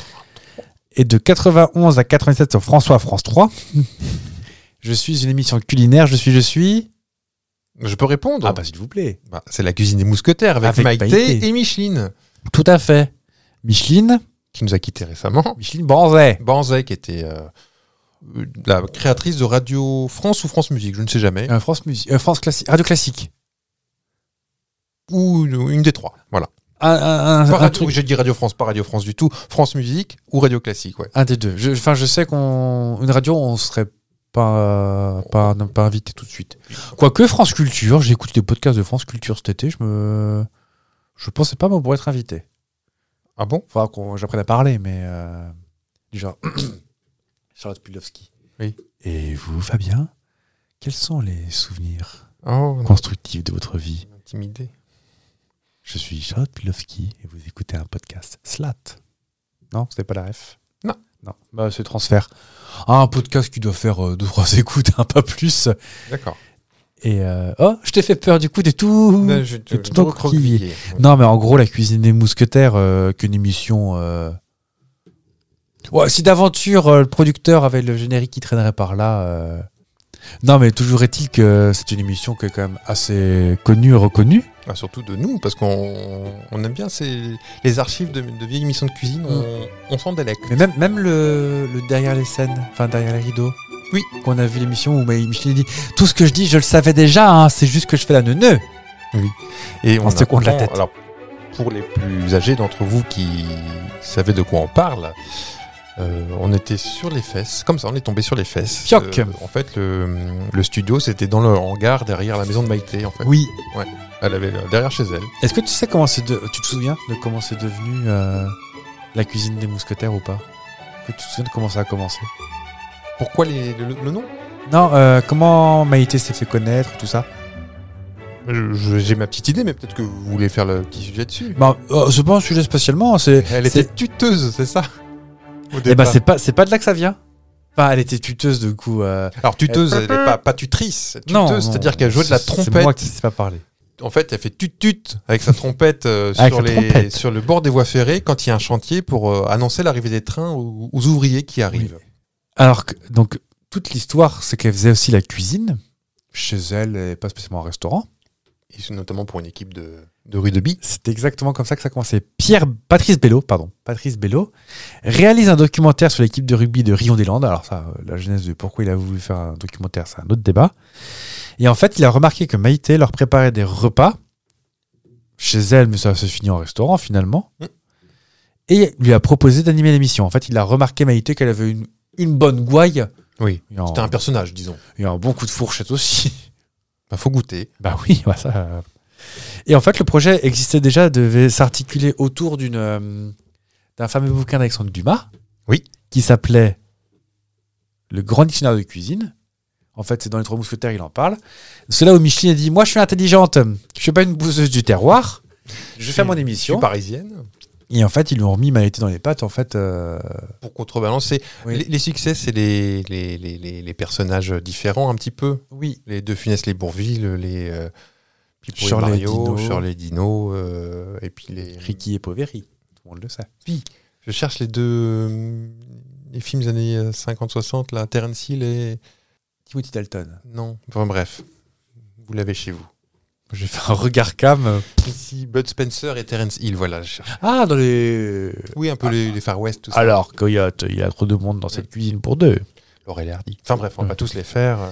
Speaker 1: et de 91 à 97 sur François France 3. [LAUGHS] je suis une émission culinaire, je suis, je suis.
Speaker 2: Je peux répondre
Speaker 1: Ah bah s'il vous plaît.
Speaker 2: Bah, C'est la cuisine des mousquetaires avec,
Speaker 1: Avec
Speaker 2: Maïté,
Speaker 1: Maïté.
Speaker 2: et Micheline,
Speaker 1: Tout à fait. Micheline,
Speaker 2: qui nous a quittés récemment.
Speaker 1: Micheline Banzet.
Speaker 2: Banzai, qui était euh, euh, la créatrice de Radio France ou France Musique, je ne sais jamais,
Speaker 1: Euh, France Musique, euh, France Classi- Radio Classique.
Speaker 2: ou une, une des trois. Voilà.
Speaker 1: Un, un- un-
Speaker 2: Pas
Speaker 1: un
Speaker 2: Radio-
Speaker 1: truc-
Speaker 2: J'ai dit Radio France, pas Radio France du tout. France Musique ou Radio Classique, ouais.
Speaker 1: un des deux. Je- Enfin, je, sais qu'on une radio, on serait pas pas non, pas invité tout de suite. Quoique France Culture, j'ai écouté des podcasts de France Culture cet été. Je me je pensais pas moi pour être invité.
Speaker 2: Ah bon
Speaker 1: Faudra qu'on j'apprenne à parler, mais euh, du genre [COUGHS] Charlotte Pudlowski.
Speaker 2: Oui.
Speaker 1: Et vous, Fabien, quels sont les souvenirs
Speaker 2: Oh, non,
Speaker 1: constructifs de votre vie
Speaker 2: intimidé.
Speaker 1: Je suis Charlotte Pudlowski et vous écoutez un podcast Slat. Non, c'était pas la ref
Speaker 2: Non.
Speaker 1: Non, bah, c'est transfert. Ah, un podcast qui doit faire 2 deux, trois [LAUGHS] écoutes, hein, pas plus.
Speaker 2: D'accord.
Speaker 1: Et euh, oh, je t'ai fait peur du coup des tout.
Speaker 2: Là, je te-
Speaker 1: tout
Speaker 2: je te
Speaker 1: en
Speaker 2: recroquevillais. Ouais.
Speaker 1: Non, mais en gros, la cuisine des mousquetaires, euh, qu'une émission. euh, Ouais, si d'aventure euh, le producteur avait le générique qui traînerait par là. euh, Non, mais toujours est-il que c'est une émission qui est quand même assez connue, reconnue.
Speaker 2: Ah, surtout de nous, parce qu'on on aime bien ces- les archives de, de vieilles émissions de
Speaker 1: Mm.
Speaker 2: cuisine, on, on s'en délecte.
Speaker 1: Mais même, même le, le derrière les scènes, enfin derrière les rideaux.
Speaker 2: Oui.
Speaker 1: Qu'on a vu l'émission où Maï- Micheline dit Tout ce que je dis, je le savais déjà, hein, c'est juste que je fais la neuneu.
Speaker 2: Et
Speaker 1: On se
Speaker 2: apprend-
Speaker 1: compte la tête.
Speaker 2: Alors, pour les plus âgés d'entre vous qui savez de quoi on parle, euh, on était sur les fesses, comme ça, on est tombé sur les fesses. Euh,
Speaker 1: Pioc.
Speaker 2: en fait, le, le studio, c'était dans le hangar derrière la maison de Maïté, en fait.
Speaker 1: Oui.
Speaker 2: Elle avait euh, derrière chez elle.
Speaker 1: Est-ce que tu sais comment c'est. de- Tu te souviens de comment c'est devenu euh, la cuisine des mousquetaires ou pas Est-ce que Tu te souviens de comment ça a commencé
Speaker 2: Pourquoi les- le, le nom
Speaker 1: Non, euh, comment Maïté s'est fait connaître, tout ça
Speaker 2: Je- je- J'ai ma petite idée, mais peut-être que vous voulez faire le petit sujet dessus.
Speaker 1: bah, euh, C'est pas un sujet spécialement, hein, c'est.
Speaker 2: Elle
Speaker 1: c'est-
Speaker 2: était tuteuse, c'est ça Au
Speaker 1: Eh ben,
Speaker 2: départ.
Speaker 1: c'est pas, c'est pas de là que ça vient. Enfin, elle était tuteuse, du coup. euh,
Speaker 2: Alors tuteuse, elle n'est pas, pas tutrice, tuteuse,
Speaker 1: non,
Speaker 2: c'est-à-dire
Speaker 1: non,
Speaker 2: qu'elle jouait de la
Speaker 1: c'est- C'est moi
Speaker 2: trompette.
Speaker 1: qui ne sais pas parler.
Speaker 2: En fait, elle fait tut-tut avec sa trompette euh,
Speaker 1: Avec
Speaker 2: sur,
Speaker 1: la
Speaker 2: les,
Speaker 1: trompette.
Speaker 2: sur le bord des voies ferrées quand il y a un chantier pour euh, annoncer l'arrivée des trains aux, aux ouvriers qui arrivent.
Speaker 1: Alors que, donc, toute l'histoire, c'est qu'elle faisait aussi la cuisine, chez elle, et pas spécialement un restaurant.
Speaker 2: Et c'est notamment pour une équipe de, de rugby.
Speaker 1: C'était exactement comme ça que ça commençait. Pierre, Patrice Bello, pardon, Patrice Bello, réalise un documentaire sur l'équipe de rugby de Rion-des-Landes. Alors ça, euh, la genèse de pourquoi il a voulu faire un documentaire, c'est un autre débat. Et en fait, il a remarqué que Maïté leur préparait des repas chez elle, mais ça se finit en restaurant finalement.
Speaker 2: Mm.
Speaker 1: Et lui a proposé d'animer l'émission. En fait, il a remarqué Maïté qu'elle avait une, une bonne gouaille.
Speaker 2: Oui.
Speaker 1: Et en-
Speaker 2: C'était un personnage, disons.
Speaker 1: Il y a un bon coup de fourchette aussi.
Speaker 2: Bah, faut goûter.
Speaker 1: [LAUGHS] Bah oui, bah ça. euh. Et en fait, le projet existait déjà, devait s'articuler autour d'une euh, d'un fameux bouquin d'Alexandre Dumas.
Speaker 2: Oui.
Speaker 1: Qui s'appelait Le Grand Dictionnaire de cuisine. En fait, c'est dans Les Trois Mousquetaires, il en parle. C'est là où Micheline a dit Moi, je suis intelligente. Je suis pas une bouseuse du terroir. Je fais
Speaker 2: suis-
Speaker 1: mon
Speaker 2: Je suis
Speaker 1: émission.
Speaker 2: parisienne.
Speaker 1: Et en fait, ils lui ont remis Maïté dans les pattes. En fait, euh,
Speaker 2: Pour contrebalancer.
Speaker 1: Oui.
Speaker 2: Les, les succès, c'est les, les, les, les- les personnages différents un petit peu.
Speaker 1: oui.
Speaker 2: Les deux Funès, les Bourville, les euh, Pipo et
Speaker 1: Shirley
Speaker 2: Mario,
Speaker 1: Dino.
Speaker 2: Shirley Dino, euh, et puis les...
Speaker 1: Ricky et Poveri. Tout le monde le sait.
Speaker 2: Je cherche les deux euh, les films des années euh, 50-60, là, Terence Hill et...
Speaker 1: Timothy Dalton.
Speaker 2: Non, enfin bref, vous l'avez chez vous.
Speaker 1: J'ai fait un regard cam. euh,
Speaker 2: Ici, Bud Spencer et Terence Hill, voilà, je cherche. Ah.
Speaker 1: Ah, dans les.
Speaker 2: Oui, un peu les, les Far West, tout ça.
Speaker 1: Alors, Coyote, il y a trop de monde dans cette cuisine pour deux.
Speaker 2: Laurel et Hardy. Enfin bref, on va
Speaker 1: Ouais.
Speaker 2: pas tous les faire. euh,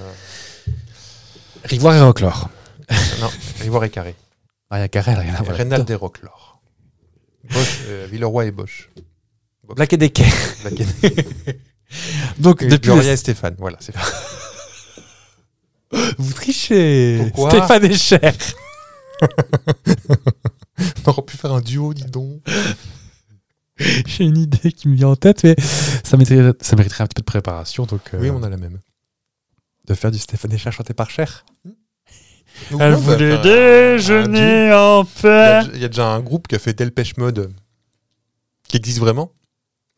Speaker 1: Rivoire et Roclore.
Speaker 2: non, Ivoire et Carré.
Speaker 1: Maria Carrel, rien à voir.
Speaker 2: Reynald et Roquelaure. Bosch, euh, Villeroy et Bosch.
Speaker 1: Black et Decker.
Speaker 2: La...
Speaker 1: Donc, depuis.
Speaker 2: Gloria et Stéphane, voilà, c'est [LAUGHS] fait.
Speaker 1: Vous trichez.
Speaker 2: Pourquoi
Speaker 1: Stéphane est cher.
Speaker 2: On aurait pu faire un duo, dis donc.
Speaker 1: J'ai une idée qui me vient en tête, mais ça mériterait, ça mériterait un petit peu de préparation. Donc, euh,
Speaker 2: Oui, on a la même.
Speaker 1: de faire du Stéphane Echer chanté par Cher.
Speaker 2: Ouais, bah, enfin,
Speaker 1: en
Speaker 2: Il y a
Speaker 1: paix.
Speaker 2: dj- il y, a déjà un groupe qui a fait Delpech Mode euh, qui existe vraiment.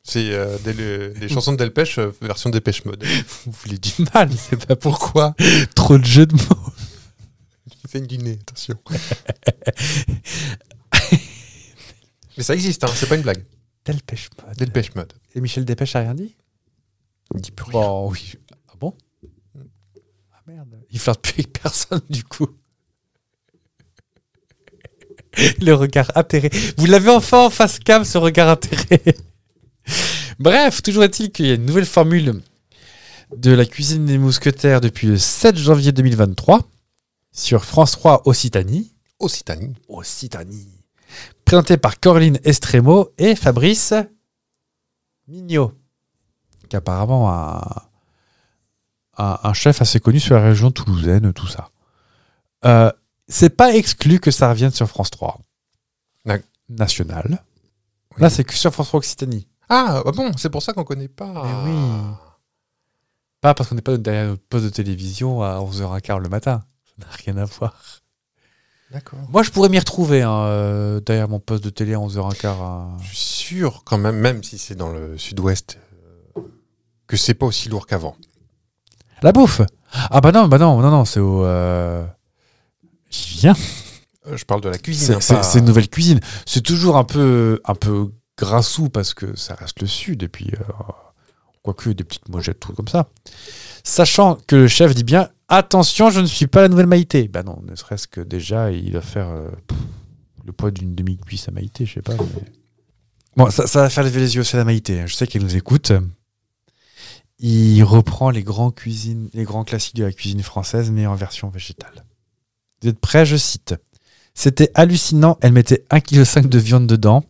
Speaker 2: C'est euh, des, le- [LAUGHS] des chansons de Delpech euh, version Delpech Mode.
Speaker 1: Vous voulez du mal, je sais pas pourquoi. Trop de jeux de mots.
Speaker 2: Il fait une guinée, attention. [LAUGHS] Mais ça existe, hein, c'est pas une blague.
Speaker 1: Delpêche Mode.
Speaker 2: Delpech Mode.
Speaker 1: Et Michel Delpech a rien dit
Speaker 2: Il dit plus
Speaker 1: Bon, oui. Ah bon Ah merde. Il flirte plus avec personne, du coup. [LAUGHS] Le regard atterré. Vous l'avez enfin en face cam, ce regard atterré. [LAUGHS] Bref, toujours est-il qu'il y a une nouvelle formule de la cuisine des mousquetaires depuis le 7 janvier 2023 sur France 3 Occitanie.
Speaker 2: Occitanie.
Speaker 1: Occitanie. Présenté par Coraline Estremo et Fabrice Mignot, qui est apparemment un, un, un chef assez connu sur la région toulousaine, tout ça. Euh, c'est pas exclu que ça revienne sur France 3.
Speaker 2: D'ac-
Speaker 1: National.
Speaker 2: Oui.
Speaker 1: Là, c'est que sur France 3 Occitanie.
Speaker 2: Ah, bah bon, c'est pour ça qu'on connaît pas.
Speaker 1: Mais Eh oui. Pas parce qu'on n'est pas derrière notre poste de télévision à 11h15 le matin. Ça n'a rien à voir.
Speaker 2: D'accord.
Speaker 1: Moi, je pourrais m'y retrouver hein, euh, derrière mon poste de télé à 11h15. hein.
Speaker 2: Je suis sûr quand même, même si c'est dans le sud-ouest, euh, que c'est pas aussi lourd qu'avant.
Speaker 1: La bouffe Ah bah non, bah non, non, non, c'est au... euh, J'y viens.
Speaker 2: Euh, je parle de la cuisine.
Speaker 1: C'est
Speaker 2: hein,
Speaker 1: c'est-
Speaker 2: pas-
Speaker 1: c'est une nouvelle cuisine. C'est toujours un peu, un peu grassou parce que ça reste le sud et puis... euh, quoique des petites mojettes, tout comme ça. Sachant que le chef dit bien, attention, je ne suis pas la nouvelle Maïté. Bah non, ne serait-ce que déjà, il doit faire euh, pff, le poids d'une demi-cuisse à Maïté, je sais pas. mais- Bon, ça, ça va faire lever les yeux, c'est la Maïté. hein. Je sais qu'elle nous écoute. Il reprend les grands, cuisines, les grands classiques de la cuisine française, mais en version végétale. Vous êtes prêts Je cite. C'était hallucinant, elle mettait 1,5 kg de viande dedans.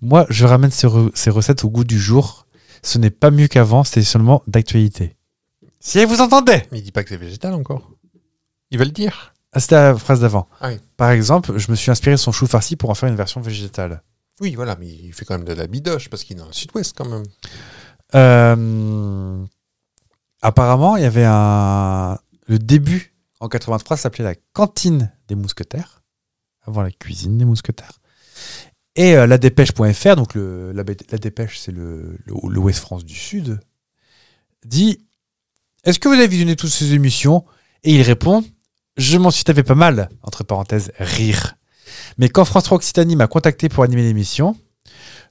Speaker 1: Moi, je ramène ces, re- ces recettes au goût du jour. Ce n'est pas mieux qu'avant, c'est seulement d'actualité. Si vous entendez
Speaker 2: Mais il dit pas que c'est végétal encore. Il va le dire.
Speaker 1: Ah, c'était la phrase d'avant.
Speaker 2: Ah oui.
Speaker 1: Par exemple, je me suis inspiré de son chou farci pour en faire une version végétale.
Speaker 2: Oui, voilà, mais il fait quand même de la bidoche parce qu'il est dans le sud-ouest quand même.
Speaker 1: Euh, apparemment, il y avait un. Le début en 83 ça s'appelait la cantine des mousquetaires, avant la cuisine des mousquetaires. Et euh, la dépêche.fr, donc le, la, Bé- la dépêche, c'est le, le, le West France du Sud, dit Est-ce que vous avez visionné toutes ces émissions Et il répond Je m'en suis tapé pas mal, entre parenthèses, rire. Mais quand France 3 Occitanie m'a contacté pour animer l'émission,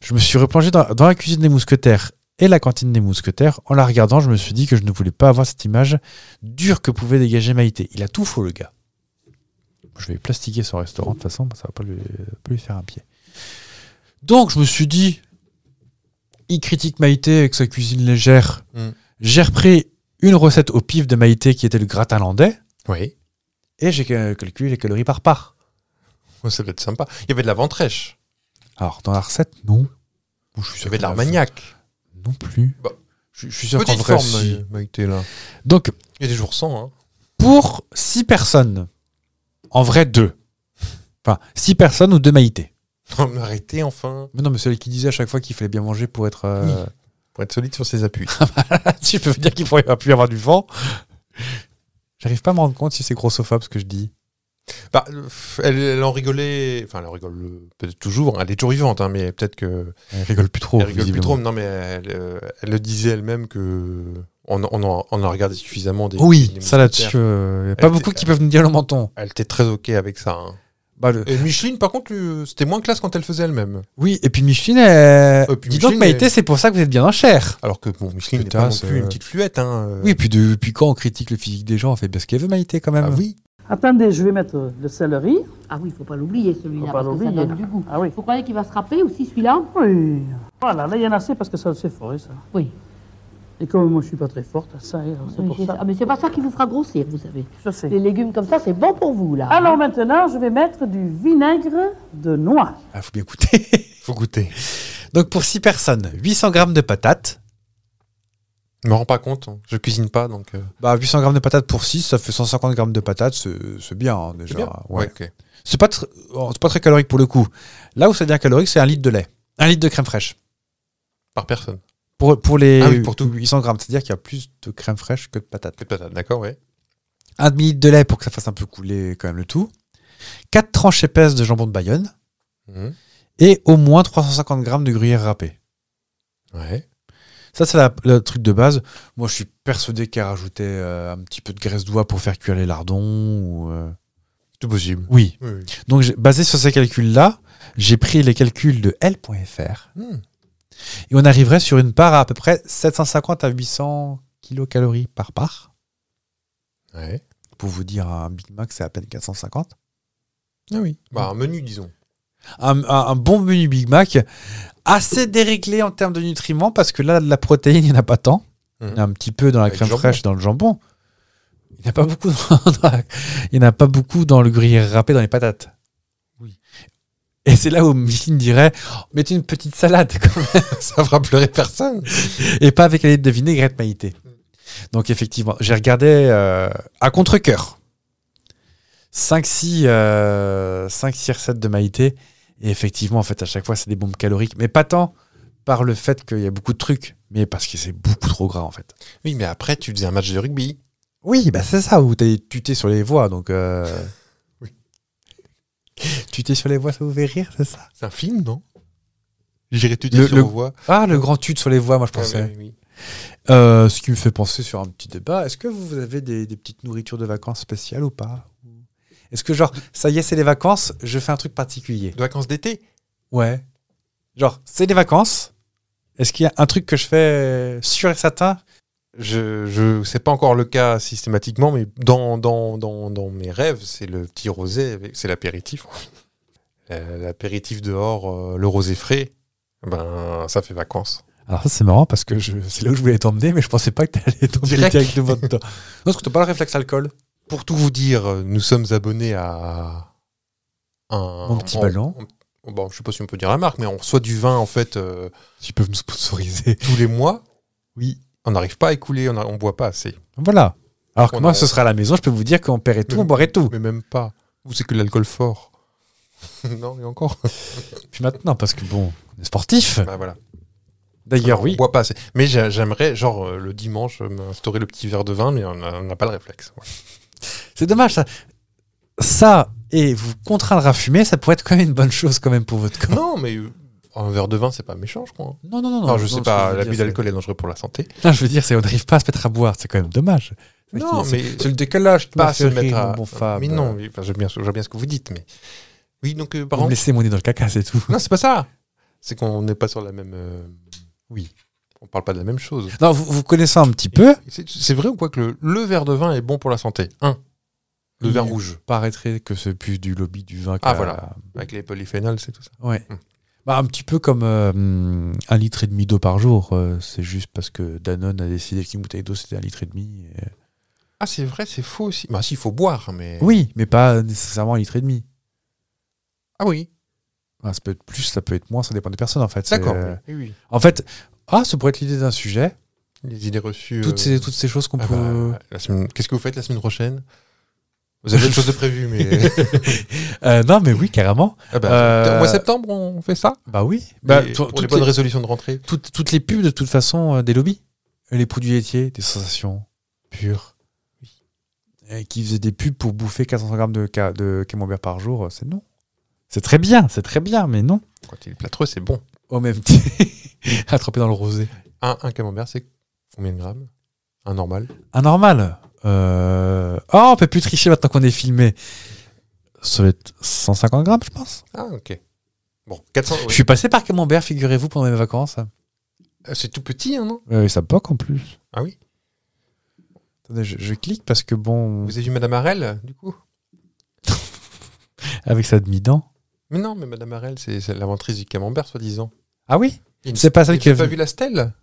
Speaker 1: je me suis replongé dans- dans la cuisine des mousquetaires et la cantine des mousquetaires. En la regardant, je me suis dit que je ne voulais pas avoir cette image dure que pouvait dégager Maïté. Il a tout faux, le gars. Je vais plastiquer son restaurant, de toute façon, ça va pas lui, pas lui faire un pied. Donc, je me suis dit, il critique Maïté avec sa cuisine légère.
Speaker 2: Mm.
Speaker 1: J'ai repris une recette au pif de Maïté qui était le gratin landais
Speaker 2: Oui.
Speaker 1: et j'ai euh, calculé les calories par part.
Speaker 2: Ouais, Ça doit être sympa. Il y avait de la ventrèche.
Speaker 1: Alors, dans la recette, non. Bon, je suis
Speaker 2: Il y
Speaker 1: sûr
Speaker 2: avait de
Speaker 1: qu'elle a
Speaker 2: l'armagnac.
Speaker 1: fait- Non plus.
Speaker 2: Bah,
Speaker 1: je, je suis sûr qu'en
Speaker 2: Petite
Speaker 1: vrai,
Speaker 2: forme,
Speaker 1: si.
Speaker 2: euh, Maïté, là.
Speaker 1: Donc,
Speaker 2: Il y a des jours sans, hein.
Speaker 1: pour 6 personnes. En vrai, 2. Enfin, 6 personnes ou 2 maïtés.
Speaker 2: [LAUGHS] Non, mais arrêtez enfin.
Speaker 1: Mais non, mais celui qui disait à chaque fois qu'il fallait bien manger pour être.
Speaker 2: [LAUGHS]
Speaker 1: euh,
Speaker 2: Pour être solide sur ses appuis.
Speaker 1: tu peux dire qu'il pourrait pas plus avoir du vent. J'arrive pas à me rendre compte si c'est grossophobe ce que je dis.
Speaker 2: Bah, euh, pff, elle, elle en rigolait. Enfin, elle en rigole euh, peut-être toujours. Elle est toujours vivante, hein, mais peut-être que.
Speaker 1: Elle rigole plus trop.
Speaker 2: elle rigole plus
Speaker 1: Oh, visiblement.
Speaker 2: trop. Non, mais elle, euh, elle le disait elle-même que. On, on, en, on en regardait suffisamment des.
Speaker 1: Oui,
Speaker 2: des
Speaker 1: ça là-dessus,
Speaker 2: mousquetaires.
Speaker 1: euh, y a pas
Speaker 2: Elle
Speaker 1: beaucoup
Speaker 2: était-
Speaker 1: qui peuvent nous dire le menton.
Speaker 2: Elle était très OK avec ça. hein.
Speaker 1: Bah, le-
Speaker 2: Et Micheline, par contre, lui, c'était moins classe quand elle faisait elle-même.
Speaker 1: Oui, et puis Micheline, elle-
Speaker 2: Et Euh, puis
Speaker 1: dis
Speaker 2: Micheline,
Speaker 1: donc Maïté,
Speaker 2: elle-
Speaker 1: c'est pour ça que vous êtes bien en chair.
Speaker 2: Alors que, bon, Micheline n'est
Speaker 1: Putain,
Speaker 2: pas non
Speaker 1: c'est-
Speaker 2: plus une petite fluette, hein. euh.
Speaker 1: Oui, puis depuis quand on critique le physique des gens, on fait bien ce qu'elle veut Maïté quand même.
Speaker 2: Ah oui.
Speaker 6: Attendez, je vais mettre euh, le céleri.
Speaker 7: Ah oui, faut pas l'oublier
Speaker 6: Faut
Speaker 7: celui-là,
Speaker 6: pas
Speaker 7: parce que ça
Speaker 6: l'oublier.
Speaker 7: donne du goût.
Speaker 6: Ah oui.
Speaker 7: Vous croyez qu'il va se râper aussi celui-là
Speaker 6: Oui. Voilà, là, il y en a assez parce que ça c'est fort, ça.
Speaker 7: Oui.
Speaker 6: Et comme moi, je suis pas très forte, ça, alors c'est
Speaker 7: Oui,
Speaker 6: pour
Speaker 7: c'est
Speaker 6: ça.
Speaker 7: ça. Ah, mais c'est pas ça qui vous fera grossir, vous savez. Ah
Speaker 6: Je sais.
Speaker 7: Les légumes comme ça, c'est bon pour vous, là.
Speaker 6: Alors maintenant, je vais mettre du vinaigre de noix.
Speaker 1: Ah, faut bien goûter.
Speaker 2: [LAUGHS] Faut goûter.
Speaker 1: donc pour 6 personnes, 800 grammes de patates.
Speaker 2: Je me rends pas compte. hein. Je cuisine pas, donc. euh,
Speaker 1: Bah, 800 grammes de patates pour 6, ça fait 150 grammes de patates, c'est c'est bien hein, déjà.
Speaker 2: C'est bien.
Speaker 1: Ouais.
Speaker 2: Ouais, ok.
Speaker 1: C'est pas, tr- oh, c'est pas très calorique pour le coup. Là où ça devient calorique, c'est un litre de lait. Un litre de crème fraîche.
Speaker 2: Par personne.
Speaker 1: Pour, pour les
Speaker 2: Ah oui, pour tout.
Speaker 1: 800 grammes, c'est-à-dire qu'il y a plus de crème fraîche que de patates.
Speaker 2: Que de patates, d'accord, ouais.
Speaker 1: Un demi-litre de lait pour que ça fasse un peu couler quand même le tout. 4 tranches épaisses de jambon de Bayonne
Speaker 2: Mhm.
Speaker 1: et au moins 350 grammes de gruyère râpée.
Speaker 2: Ouais.
Speaker 1: Ça, c'est la- le truc de base. Moi, je suis persuadé qu'elle rajoutait euh, un petit peu de graisse d'oie pour faire cuire les lardons. Ou, euh,
Speaker 2: Tout possible.
Speaker 1: Oui.
Speaker 2: Oui, oui.
Speaker 1: Donc, j'ai- basé sur ces calculs-là, j'ai pris les calculs de L.fr
Speaker 2: Hmm.
Speaker 1: et on arriverait sur une part à à peu près 750 à 800 kilocalories par part.
Speaker 2: Ouais.
Speaker 1: Pour vous dire, un Big Mac, c'est à peine 450.
Speaker 2: Ah oui. Bah, un menu, disons.
Speaker 1: un, un- un bon menu Big Mac, assez déréglé en termes de nutriments, parce que là, de la protéine, il n'y en a pas tant. Il
Speaker 2: Mhm.
Speaker 1: y en a un petit peu dans la
Speaker 2: Avec
Speaker 1: crème
Speaker 2: le jambon.
Speaker 1: fraîche, dans le jambon. Il n'y en a pas beaucoup dans, dans la- il y en a pas beaucoup dans le gruyère râpé, dans les patates.
Speaker 2: Oui.
Speaker 1: Et c'est là où Micheline dirait mettez une petite salade [LAUGHS] quand même,
Speaker 2: Ça fera pleurer personne.
Speaker 1: et pas avec la lettre de vinaigrette maïté. Donc effectivement, j'ai regardé euh, à contre-coeur 5-6 euh, recettes de Maïté. Et effectivement, en fait, à chaque fois, c'est des bombes caloriques. Mais pas tant par le fait qu'il y a beaucoup de trucs, mais parce que c'est beaucoup trop gras, en fait.
Speaker 2: Oui, mais après, tu faisais un match de rugby.
Speaker 1: Oui, bah c'est ça, où t'es tuté sur les voies. Donc. Euh... [LAUGHS]
Speaker 2: Oui.
Speaker 1: tuté sur les voies, ça vous fait rire, c'est ça
Speaker 2: C'est un film, non J'irai tu
Speaker 1: Le-
Speaker 2: dire sur
Speaker 1: le-
Speaker 2: voix.
Speaker 1: Ah, le grand tute sur les voies, moi, je pensais. Euh, ce qui me fait penser sur un petit débat, est-ce que vous avez des, des petites nourritures de vacances spéciales ou pas Est-ce que genre, ça y est, c'est les vacances, je fais un truc particulier
Speaker 2: De vacances d'été
Speaker 1: Ouais. Genre, c'est les vacances, est-ce qu'il y a un truc que je fais sûr et certain
Speaker 2: je, je c'est pas encore le cas systématiquement, mais dans, dans, dans, dans mes rêves, c'est le petit rosé, avec- c'est l'apéritif. [LAUGHS] Euh, L'apéritif dehors, euh, le rosé frais, ben ça fait vacances.
Speaker 1: Alors ça, c'est marrant parce que je- c'est là où je voulais t'emmener, mais je pensais pas que t'allais tomber
Speaker 2: Direct.
Speaker 1: directement dedans. Non, parce que t'as pas le réflexe alcool.
Speaker 2: Pour tout vous dire, euh, nous sommes abonnés à un
Speaker 1: Mon petit
Speaker 2: on-
Speaker 1: ballon.
Speaker 2: on- bon, je sais pas si on peut dire la marque, mais on reçoit du vin en fait euh,
Speaker 1: Ils peuvent nous sponsoriser.
Speaker 2: tous les mois.
Speaker 1: Oui.
Speaker 2: On n'arrive pas à écouler, on, a- on boit pas assez,
Speaker 1: Voilà. Alors que
Speaker 2: On
Speaker 1: moi,
Speaker 2: a-
Speaker 1: ce sera à la maison, je peux vous dire qu'on paierait tout,
Speaker 2: Mais-
Speaker 1: on boirait tout.
Speaker 2: mais même pas. Ou c'est que de l'alcool fort. [LAUGHS] non, et encore.
Speaker 1: Puis maintenant, parce que bon, on est sportif.
Speaker 2: Bah, voilà.
Speaker 1: D'ailleurs,
Speaker 2: Alors,
Speaker 1: oui.
Speaker 2: On boit pas assez. Mais j'ai- j'aimerais, genre, euh, le dimanche, euh, m'instaurer le petit verre de vin, mais on a- on n'a pas le réflexe. Ouais.
Speaker 1: C'est dommage ça. Ça et vous contraindre à fumer, ça pourrait être quand même une bonne chose quand même pour votre corps.
Speaker 2: Non, mais euh, un verre de vin, c'est pas méchant, je crois. hein.
Speaker 1: Non, non, non.
Speaker 2: Alors, je sais pas, l'abus
Speaker 1: d'alcool.
Speaker 2: d'alcool est dangereux pour la santé.
Speaker 1: Non, je veux dire, c'est on n'arrive pas à se mettre à boire, c'est quand même dommage. C'est
Speaker 2: Non,
Speaker 1: qui-
Speaker 2: mais-
Speaker 1: c'est c'est le décalage qui
Speaker 2: Pas
Speaker 1: m'a
Speaker 2: à se
Speaker 1: fait
Speaker 2: mettre
Speaker 1: rire,
Speaker 2: à.
Speaker 1: mon bon Fab.
Speaker 2: mais non, mais, enfin, je, vois bien, je vois bien ce que vous dites, mais. Oui, donc, euh, par
Speaker 1: Vous me
Speaker 2: exemple.
Speaker 1: laissez mon nez dans le caca, c'est tout.
Speaker 2: Non, c'est pas ça. C'est qu'on n'est pas sur la même. euh,
Speaker 1: Oui.
Speaker 2: On parle pas de la même [LAUGHS] chose.
Speaker 1: Non, vous, vous connaissez un petit peu.
Speaker 2: C'est c'est vrai ou quoi que le, le verre de vin est bon pour la santé Un, le
Speaker 1: Oui.
Speaker 2: vin rouge,
Speaker 1: Paraîtrait que c'est plus du lobby du vin. qu'à-
Speaker 2: Ah, voilà. avec les polyphénols, c'est tout ça.
Speaker 1: Ouais.
Speaker 2: Hmm.
Speaker 1: Bah, un petit peu comme euh, hum, un litre et demi d'eau par jour. euh, c'est juste parce que Danone a décidé qu'une bouteille d'eau c'était un litre et demi. et-
Speaker 2: Ah, c'est vrai, c'est faux aussi. Bah, si, il faut boire, mais.
Speaker 1: Oui, mais pas nécessairement un litre et demi.
Speaker 2: Ah oui,
Speaker 1: Ah, ça peut être plus, ça peut être moins, ça dépend des personnes en fait. C'est,
Speaker 2: d'accord.
Speaker 1: euh,
Speaker 2: Oui, oui.
Speaker 1: En fait, ah, ça pourrait être l'idée d'un sujet.
Speaker 2: Les idées reçues.
Speaker 1: Toutes,
Speaker 2: euh,
Speaker 1: ces, toutes ces choses qu'on
Speaker 2: ah
Speaker 1: peut.
Speaker 2: bah, la semaine- Qu'est-ce que vous faites la semaine prochaine Vous avez une chose de prévu, mais. [LAUGHS]
Speaker 1: Euh, non, mais oui, carrément.
Speaker 2: ah bah,
Speaker 1: Euh,
Speaker 2: Au mois de septembre, on fait ça
Speaker 1: Bah oui. Bah,
Speaker 2: Et
Speaker 1: to-
Speaker 2: Pour les
Speaker 1: toutes,
Speaker 2: bonnes
Speaker 1: les,
Speaker 2: résolutions de rentrée.
Speaker 1: toutes- toutes les pubs, de toute façon, euh, des lobbies. Et Les produits laitiers, des sensations pures. Et qui faisaient des pubs pour bouffer 400 grammes de, ca- de camembert par jour, euh, c'est non. C'est très bien, c'est très bien, mais non.
Speaker 2: Quand il est plâtreux, c'est bon.
Speaker 1: Au même [LAUGHS] titre, attrapé dans le rosé.
Speaker 2: Un, un camembert, c'est combien de grammes Un normal
Speaker 1: Anormal. Euh... Oh, on peut plus tricher maintenant qu'on est filmé. Ça va être 150 grammes, je pense.
Speaker 2: Ah, ok. Bon, 400. ouais.
Speaker 1: Je suis passé par Camembert, figurez-vous, pendant mes vacances.
Speaker 2: Euh, C'est tout petit, hein, non
Speaker 1: Euh, ça poque en plus.
Speaker 2: Ah oui
Speaker 1: Attendez, je, je clique parce que bon,
Speaker 2: Vous avez vu Madame Arel, du coup
Speaker 1: avec sa demi-dent.
Speaker 2: Mais non, mais Madame Arel, c'est c'est l'inventrice du camembert, soi-disant.
Speaker 1: Ah oui
Speaker 2: Il y a une-
Speaker 1: C'est pas celle
Speaker 2: Vous
Speaker 1: qui
Speaker 2: avez pas
Speaker 1: a
Speaker 2: vu la stèle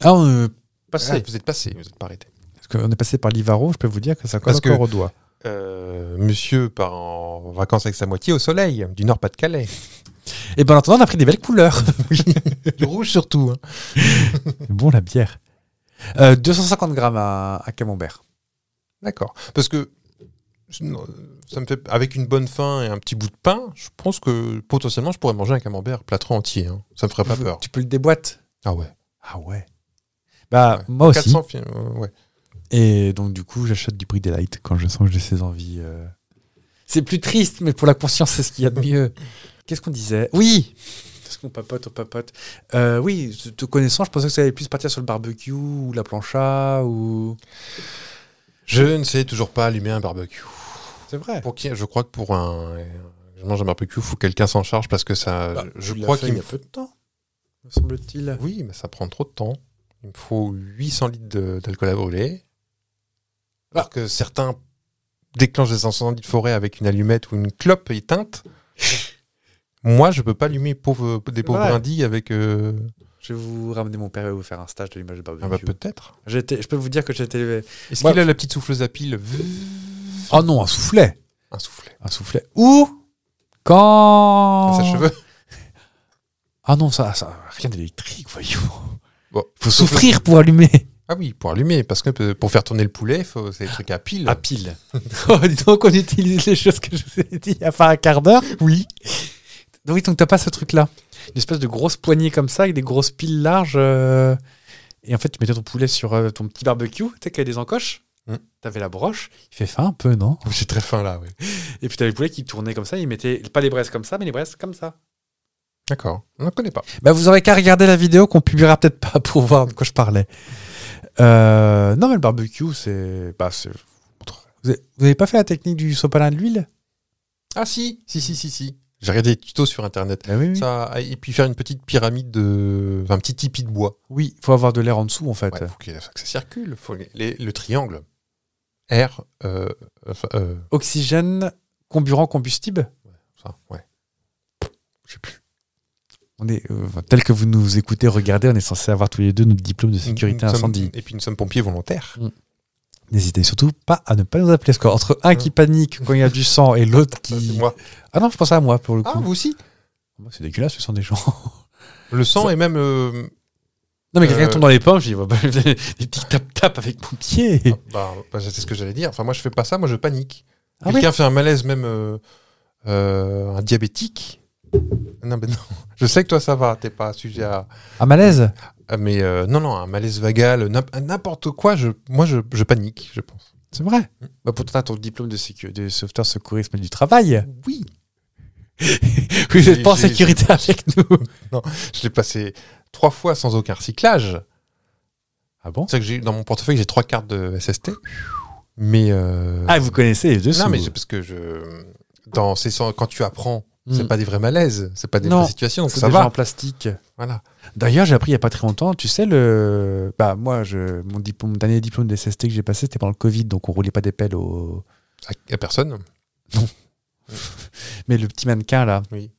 Speaker 1: Ah, on, euh,
Speaker 2: Ah, Vous êtes passé, vous êtes pas arrêté.
Speaker 1: parce qu'on est passé par l'Ivaro, je peux vous dire que ça colle
Speaker 2: Parce que-
Speaker 1: encore au doigt.
Speaker 2: Euh, monsieur part en vacances avec sa moitié au soleil, du Nord-Pas-de-Calais.
Speaker 1: Et ben en attendant, on a pris des belles couleurs.
Speaker 2: [LAUGHS] du rouge surtout. hein.
Speaker 1: bon, la bière. Euh, 250 grammes à, à Camembert.
Speaker 2: D'accord. Parce que non, ça me fait avec une bonne faim et un petit bout de pain, je pense que potentiellement je pourrais manger un camembert plâtreux entier. hein. Ça me ferait pas
Speaker 1: Vous-
Speaker 2: peur.
Speaker 1: Tu peux le déboîter
Speaker 2: Ah ouais.
Speaker 1: Ah ouais. Bah,
Speaker 2: Ouais.
Speaker 1: moi aussi.
Speaker 2: 400 films, euh, ouais.
Speaker 1: Et donc, du coup, j'achète du Brie Delight quand je sens que j'ai ces envies. euh. C'est plus triste, mais pour la conscience, c'est ce qu'il y a de
Speaker 2: [LAUGHS]
Speaker 1: mieux. Qu'est-ce qu'on disait Oui Qu'est-ce qu'on papote, on papote Euh, Oui, te- te connaissant, je pensais que ça allait plus partir sur le barbecue ou la plancha ou.
Speaker 2: Je ne sais toujours pas allumer un barbecue.
Speaker 1: C'est vrai.
Speaker 2: Pour qui Je crois que pour un. euh, Je mange un barbecue, il faut que quelqu'un s'en charge parce que ça.
Speaker 1: Bah,
Speaker 2: je crois
Speaker 1: Euh,
Speaker 2: qu'il
Speaker 1: qu'il y
Speaker 2: me
Speaker 1: a peu de temps, me semble-t-il.
Speaker 2: Oui, mais ça prend trop de temps. Il me faut 800 litres de- d'alcool à brûler. Alors que certains déclenchent des incendies de forêt avec une allumette ou une clope éteinte. [LAUGHS] Moi, je peux pas allumer pauvre- des pauvres
Speaker 1: Ouais.
Speaker 2: brindilles avec. euh,
Speaker 1: Je vais vous ramener mon père et vous faire un stage de l'image de
Speaker 2: Ah
Speaker 1: barbecue.
Speaker 2: bah peut-être.
Speaker 1: J'étais- je peux vous dire que j'étais.
Speaker 2: Est-ce
Speaker 1: Moi-
Speaker 2: qu'il a la petite souffleuse à pile
Speaker 1: Oh non, un soufflet
Speaker 2: Un soufflet.
Speaker 1: Un soufflet. Ou quand.
Speaker 2: À sa cheveux.
Speaker 1: Ah non, ça, ça rien d'électrique, voyons. [LAUGHS]
Speaker 2: Bon,
Speaker 1: Faut souffrir pour allumer.
Speaker 2: Ah oui, pour allumer, parce que euh, pour faire tourner le poulet, faut- c'est des trucs à pile.
Speaker 1: pile. [LAUGHS] oh, dis donc, on utilise les choses que je vous ai dit il y a pas un quart d'heure. Oui. Donc, oui, donc t'as pas ce truc-là. Une espèce de grosse poignée comme ça, avec des grosses piles larges. euh, Et en fait, tu mettais ton poulet sur euh, ton petit barbecue, tu sais, qu'il y avait des encoches.
Speaker 2: Mm.
Speaker 1: T'avais la broche. Mmh. Il fait faim un peu, [LAUGHS] non
Speaker 2: J'ai très faim là, oui.
Speaker 1: Et puis t'avais le poulet qui tournait comme ça. Il mettait pas les braises comme ça, mais les braises comme ça.
Speaker 2: D'accord. On ne connaît pas.
Speaker 1: Bah, vous aurez qu'à regarder la vidéo qu'on publiera peut-être pas [LAUGHS] pour voir de quoi je parlais. Euh, non, mais le barbecue, c'est. Bah, c'est- Vous avez- vous avez pas fait la technique du sopalin de l'huile
Speaker 2: Ah si, si, si, si, si. J'ai regardé des tutos sur internet.
Speaker 1: Oui, oui.
Speaker 2: Ça, et puis faire une petite pyramide de. enfin, un petit tipi de bois.
Speaker 1: Oui, faut avoir de l'air en dessous, en fait.
Speaker 2: Ouais, faut qu'il- faut que ça circule. Faut les- les- le triangle. R. euh, enfin, euh,
Speaker 1: Oxygène, comburant, combustible.
Speaker 2: ça, ouais. Je sais plus.
Speaker 1: On est, euh, enfin, tel que vous nous écoutez, regardez, on est censé avoir tous les deux notre diplôme de sécurité
Speaker 2: Nous sommes-
Speaker 1: incendie.
Speaker 2: et puis nous sommes pompiers volontaires.
Speaker 1: N'hésitez surtout pas à ne pas nous appeler. Parce qu'entre un qui panique quand il y a du sang et l'autre
Speaker 2: Hein. Ça, c'est
Speaker 1: qui.
Speaker 2: moi.
Speaker 1: Ah non, je pensais à moi pour le coup.
Speaker 2: Ah, vous aussi
Speaker 1: Moi, C'est dégueulasse, ce sang des gens. [LAUGHS]
Speaker 2: Le sang et même. euh,
Speaker 1: Non, mais
Speaker 2: Euh,
Speaker 1: quelqu'un tombe dans les pommes, je dis, bah, [LAUGHS] bah, des tic-tap-tap avec mon pied.
Speaker 2: ah, bah, bah, c'est ce que j'allais dire. Enfin, moi, je fais pas ça, moi, je panique.
Speaker 1: Ah
Speaker 2: Quelqu'un fait un malaise, même euh, euh, un diabétique. Non, mais non. [LAUGHS] Je sais que toi, ça va. T'es pas sujet à.
Speaker 1: Un malaise
Speaker 2: Ah, Mais euh, non, non, un malaise vagal, n'im- n'importe quoi, je, moi je, je panique, je pense.
Speaker 1: C'est vrai.
Speaker 2: Mm.
Speaker 1: Bah, pourtant, t'as ton diplôme de, sécu- de sauveteur secourisme et du travail.
Speaker 2: Oui.
Speaker 1: [LAUGHS] Vous n'êtes
Speaker 2: J'ai-
Speaker 1: pas en
Speaker 2: j'ai-
Speaker 1: sécurité avec nous.
Speaker 2: [LAUGHS] Je l'ai passé trois fois sans aucun recyclage.
Speaker 1: Ah bon
Speaker 2: C'est que j'ai dans mon portefeuille, j'ai trois cartes de SST. Mais. euh,
Speaker 1: Ah, vous connaissez les deux
Speaker 2: non,
Speaker 1: sous.
Speaker 2: mais c'est parce que je. Dans ces sens- quand tu apprends, c'est
Speaker 1: Mm.
Speaker 2: pas des vrais malaises, c'est pas des
Speaker 1: Non,
Speaker 2: vraies situations, donc
Speaker 1: C'est
Speaker 2: ça
Speaker 1: déjà
Speaker 2: va.
Speaker 1: en plastique.
Speaker 2: Voilà.
Speaker 1: D'ailleurs, j'ai appris il n'y a pas très longtemps, tu sais, le... bah, moi, je... mon, diplôme, mon dernier diplôme de SST que j'ai passé, c'était pendant le Covid, donc on roulait pas des pelles au...
Speaker 2: À, à personne.
Speaker 1: Mais le petit mannequin, là.
Speaker 2: Oui.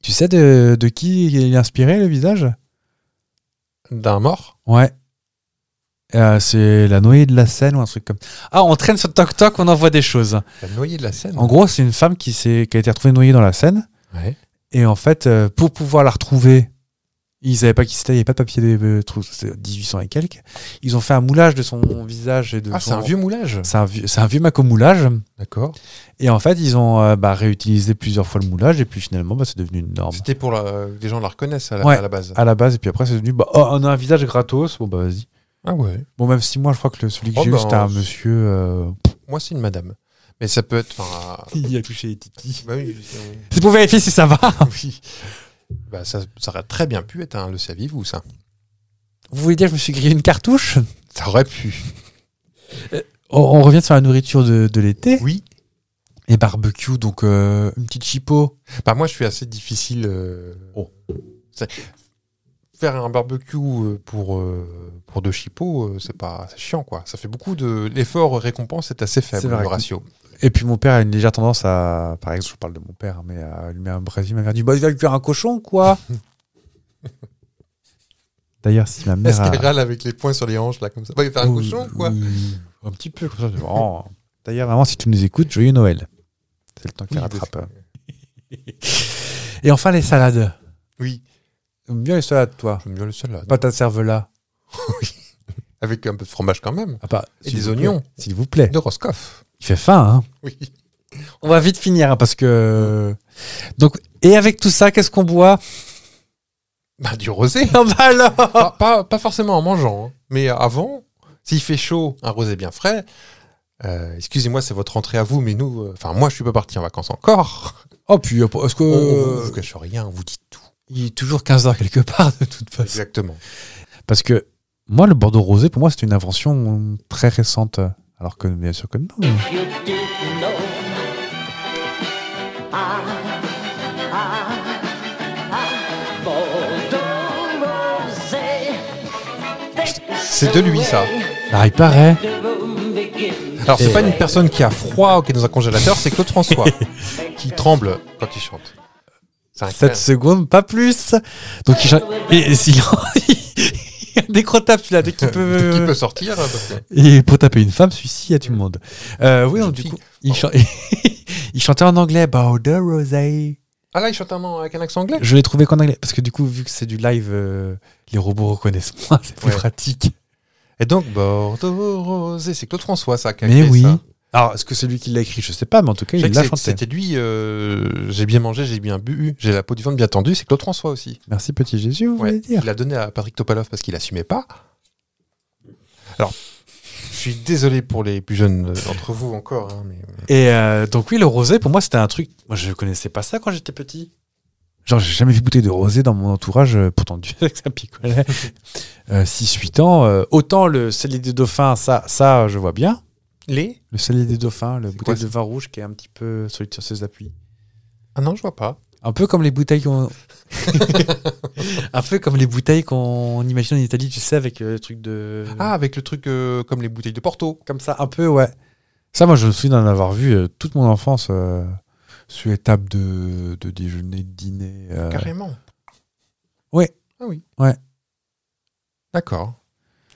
Speaker 1: Tu sais de, de qui il est inspiré, le visage
Speaker 2: D'un mort.
Speaker 1: Ouais. Euh, c'est la noyée de la Seine ou un truc comme Ah, on traîne sur Toc Toc, on envoie des choses.
Speaker 2: La noyée de la Seine.
Speaker 1: En gros, c'est une femme qui, s'est- qui a été retrouvée noyée dans la Seine.
Speaker 2: Ouais.
Speaker 1: Et en fait, euh, pour pouvoir la retrouver, ils savaient pas qui c'était, il n'y avait pas de papier de de trou, c'est 1800 et quelques. Ils ont fait un moulage de son visage et de
Speaker 2: Ah,
Speaker 1: son-
Speaker 2: c'est un vieux moulage.
Speaker 1: C'est un vieux, c'est un vieux macomoulage.
Speaker 2: D'accord.
Speaker 1: Et en fait, ils ont euh, bah, réutilisé plusieurs fois le moulage. Et puis finalement, bah, c'est devenu une norme.
Speaker 2: C'était pour la- les gens la reconnaissent à la,
Speaker 1: Ouais.
Speaker 2: à la base.
Speaker 1: À la base, et puis après, c'est devenu bah, oh, on a un visage gratos. Bon, bah vas-y.
Speaker 2: Ah ouais.
Speaker 1: Bon, même si moi, je crois que le- celui que
Speaker 2: Oh,
Speaker 1: j'ai eu,
Speaker 2: bah,
Speaker 1: c'était un
Speaker 2: c'est-
Speaker 1: monsieur. euh, [LAUGHS]
Speaker 2: Moi, c'est une madame. Mais ça peut être. enfin, euh,
Speaker 1: Il a touché les titis.
Speaker 2: bah oui, euh,
Speaker 1: C'est pour vérifier si ça va.
Speaker 2: oui. Bah, ça, ça aurait très bien pu être un Le Saviez-vous, ou ça
Speaker 1: Vous voulez dire que je me suis grillé une cartouche
Speaker 2: Ça
Speaker 1: [LAUGHS]
Speaker 2: aurait pu.
Speaker 1: on, on revient sur la nourriture de, de l'été.
Speaker 2: Oui.
Speaker 1: Et barbecue, donc euh, une petite chipot.
Speaker 2: Bah, moi, je suis assez difficile. euh,
Speaker 1: Oh.
Speaker 2: c'est- Faire un barbecue euh, pour, euh, pour deux chipots, euh, c'est pas c'est chiant, quoi. Ça fait beaucoup de. L'effort récompense est assez faible,
Speaker 1: C'est vrai
Speaker 2: le
Speaker 1: que-
Speaker 2: ratio.
Speaker 1: Et puis mon père a une légère tendance à, par exemple, je parle de mon père, hein, mais à allumer un brésil, m'a dit, bah il va lui faire un cochon, quoi. [LAUGHS] D'ailleurs, si ma mère
Speaker 2: Est-ce
Speaker 1: a-
Speaker 2: qu'elle râle avec les poings sur les hanches, là, comme ça Bah, il fait un
Speaker 1: Ou-
Speaker 2: cochon, quoi
Speaker 1: ou- Un petit peu comme ça. c'est vraiment- D'ailleurs, maman, si tu nous écoutes, joyeux Noël. C'est le temps qu'elle
Speaker 2: Oui,
Speaker 1: rattrape. Et enfin, les salades.
Speaker 2: Oui.
Speaker 1: J'aime bien les salades, toi.
Speaker 2: J'aime bien oh, le salade.
Speaker 1: Pas ta cervelle-là.
Speaker 2: Avec un peu de fromage, quand même.
Speaker 1: Ah, pas-
Speaker 2: Et
Speaker 1: s'il
Speaker 2: des
Speaker 1: vous
Speaker 2: oignons.
Speaker 1: plaît. S'il vous plaît.
Speaker 2: De Roscoff.
Speaker 1: Il fait faim, hein.
Speaker 2: Oui.
Speaker 1: [LAUGHS] On va vite finir, hein, parce que. Donc, et avec tout ça, qu'est-ce qu'on boit
Speaker 2: Bah,
Speaker 1: [LAUGHS]
Speaker 2: du rosé.
Speaker 1: Non, bah alors
Speaker 2: pas, pas- pas forcément en mangeant, hein. mais avant, s'il fait chaud, un rosé bien frais. euh, Excusez-moi, c'est votre entrée à vous, mais nous, euh, enfin moi, je suis pas parti en vacances encore.
Speaker 1: Oh, puis est-ce que.
Speaker 2: On- On, vous- vous cache rien, on vous dit tout.
Speaker 1: Il est toujours 15h quelque part, de toute façon.
Speaker 2: Exactement.
Speaker 1: Parce que moi, le Bordeaux rosé, pour moi, c'est une invention très récente. Alors que, bien sûr que non.
Speaker 2: C'est de lui ça.
Speaker 1: Ah, il paraît.
Speaker 2: Alors c'est
Speaker 1: Et-
Speaker 2: pas une personne qui a froid ou qui est dans un congélateur, c'est
Speaker 1: [LAUGHS]
Speaker 2: Claude François qui tremble quand il chante. C'est un
Speaker 1: 7 secondes, pas plus. Donc, il cha- Et s'il [LAUGHS] Décrottable celui-là, dès
Speaker 2: [LAUGHS]
Speaker 1: qu'il peut.
Speaker 2: qui peut sortir hein, parce que-
Speaker 1: Et pour taper une femme, celui-ci a tout le monde. Euh, oui,
Speaker 2: Jeune
Speaker 1: donc du
Speaker 2: fille.
Speaker 1: coup, il, chan- [LAUGHS] il chantait en anglais Bordeaux Rosé.
Speaker 2: Ah là, il chante un- avec un accent anglais.
Speaker 1: Je l'ai trouvé qu'en anglais. Parce que du coup, vu que c'est du live, euh, les robots reconnaissent [LAUGHS] moins, c'est plus
Speaker 2: Ouais.
Speaker 1: pratique.
Speaker 2: Et donc Bordeaux rosé, c'est Claude François ça qui a
Speaker 1: Mais
Speaker 2: créé
Speaker 1: oui.
Speaker 2: ça.
Speaker 1: Alors, est-ce que c'est lui qui l'a écrit Je sais pas, mais en tout cas,
Speaker 2: Je sais
Speaker 1: il
Speaker 2: que
Speaker 1: l'a
Speaker 2: c'est-
Speaker 1: chanté.
Speaker 2: C'était lui, euh, j'ai bien mangé, j'ai bien bu, j'ai la peau du ventre bien tendue, c'est Claude François aussi.
Speaker 1: Merci, petit Jésus, vous
Speaker 2: Ouais,
Speaker 1: voulez dire
Speaker 2: Il l'a donné à Patrick Topalov parce qu'il assumait pas. Alors, je suis désolé pour les plus jeunes euh, d'entre vous encore, hein, mais
Speaker 1: Et euh, donc, oui, le rosé, pour moi, c'était un truc. Moi, je connaissais pas ça quand j'étais petit. Genre, j'ai jamais vu bouteille de rosé dans mon entourage, euh, pourtant, Dieu [LAUGHS] sait que ça picolait. Euh, 6-8 ans. euh, autant le cellier des dauphins, ça, ça, je vois bien.
Speaker 2: les.
Speaker 1: Le cellier des dauphins, le
Speaker 2: C'est
Speaker 1: bouteille
Speaker 2: quoi,
Speaker 1: de vin rouge qui est un petit peu solide sur ses appuis.
Speaker 2: Ah non, je vois pas.
Speaker 1: Un peu comme les bouteilles [LAUGHS] qu'on. un peu comme les bouteilles qu'on imagine en Italie, tu sais, avec euh, le truc de.
Speaker 2: Ah, avec le truc euh, comme les bouteilles de Porto.
Speaker 1: Comme ça, un peu, ouais. Ça, moi, je me souviens d'en avoir vu euh, toute mon enfance euh, sur les tables de, de déjeuner, de dîner. euh.
Speaker 2: Carrément.
Speaker 1: Ouais.
Speaker 2: Ah oui.
Speaker 1: Ouais.
Speaker 2: D'accord.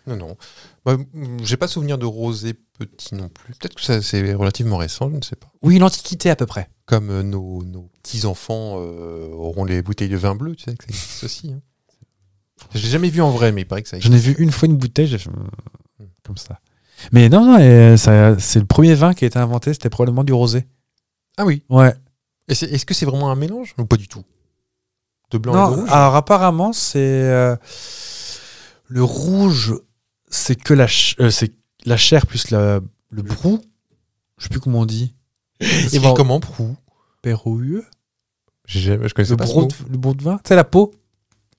Speaker 2: Non, non. Bah, m- j'ai pas souvenir de rosé petit non plus. Peut-être que ça, c'est relativement récent, je ne sais pas.
Speaker 1: Oui, l'Antiquité, à peu près.
Speaker 2: Comme euh, nos, nos petits-enfants euh, auront les bouteilles de vin bleu, tu sais, que ça existe aussi. hein. Je l'ai jamais vu en vrai, mais il paraît que ça existe.
Speaker 1: J'en ai vu une fois une bouteille, j'ai fait, euh, comme ça. Mais non, non, euh, ça- c'est le premier vin qui a été inventé, c'était probablement du rosé.
Speaker 2: Ah oui.
Speaker 1: Ouais.
Speaker 2: Et c'est- est-ce que c'est vraiment un mélange ou pas du tout De blanc et de
Speaker 1: Non, ah,
Speaker 2: rouge
Speaker 1: alors apparemment, c'est. euh, le rouge, c'est que la, ch- euh, c'est la chair plus la- le brou. Je sais plus comment on [LAUGHS] dit. ben,
Speaker 2: C'est
Speaker 1: bon.
Speaker 2: comment prou
Speaker 1: Pérouilleux
Speaker 2: J'ai jamais- Je connaissais
Speaker 1: Le
Speaker 2: pas ce
Speaker 1: brou
Speaker 2: mot.
Speaker 1: de, le brou de vin Tu sais, la peau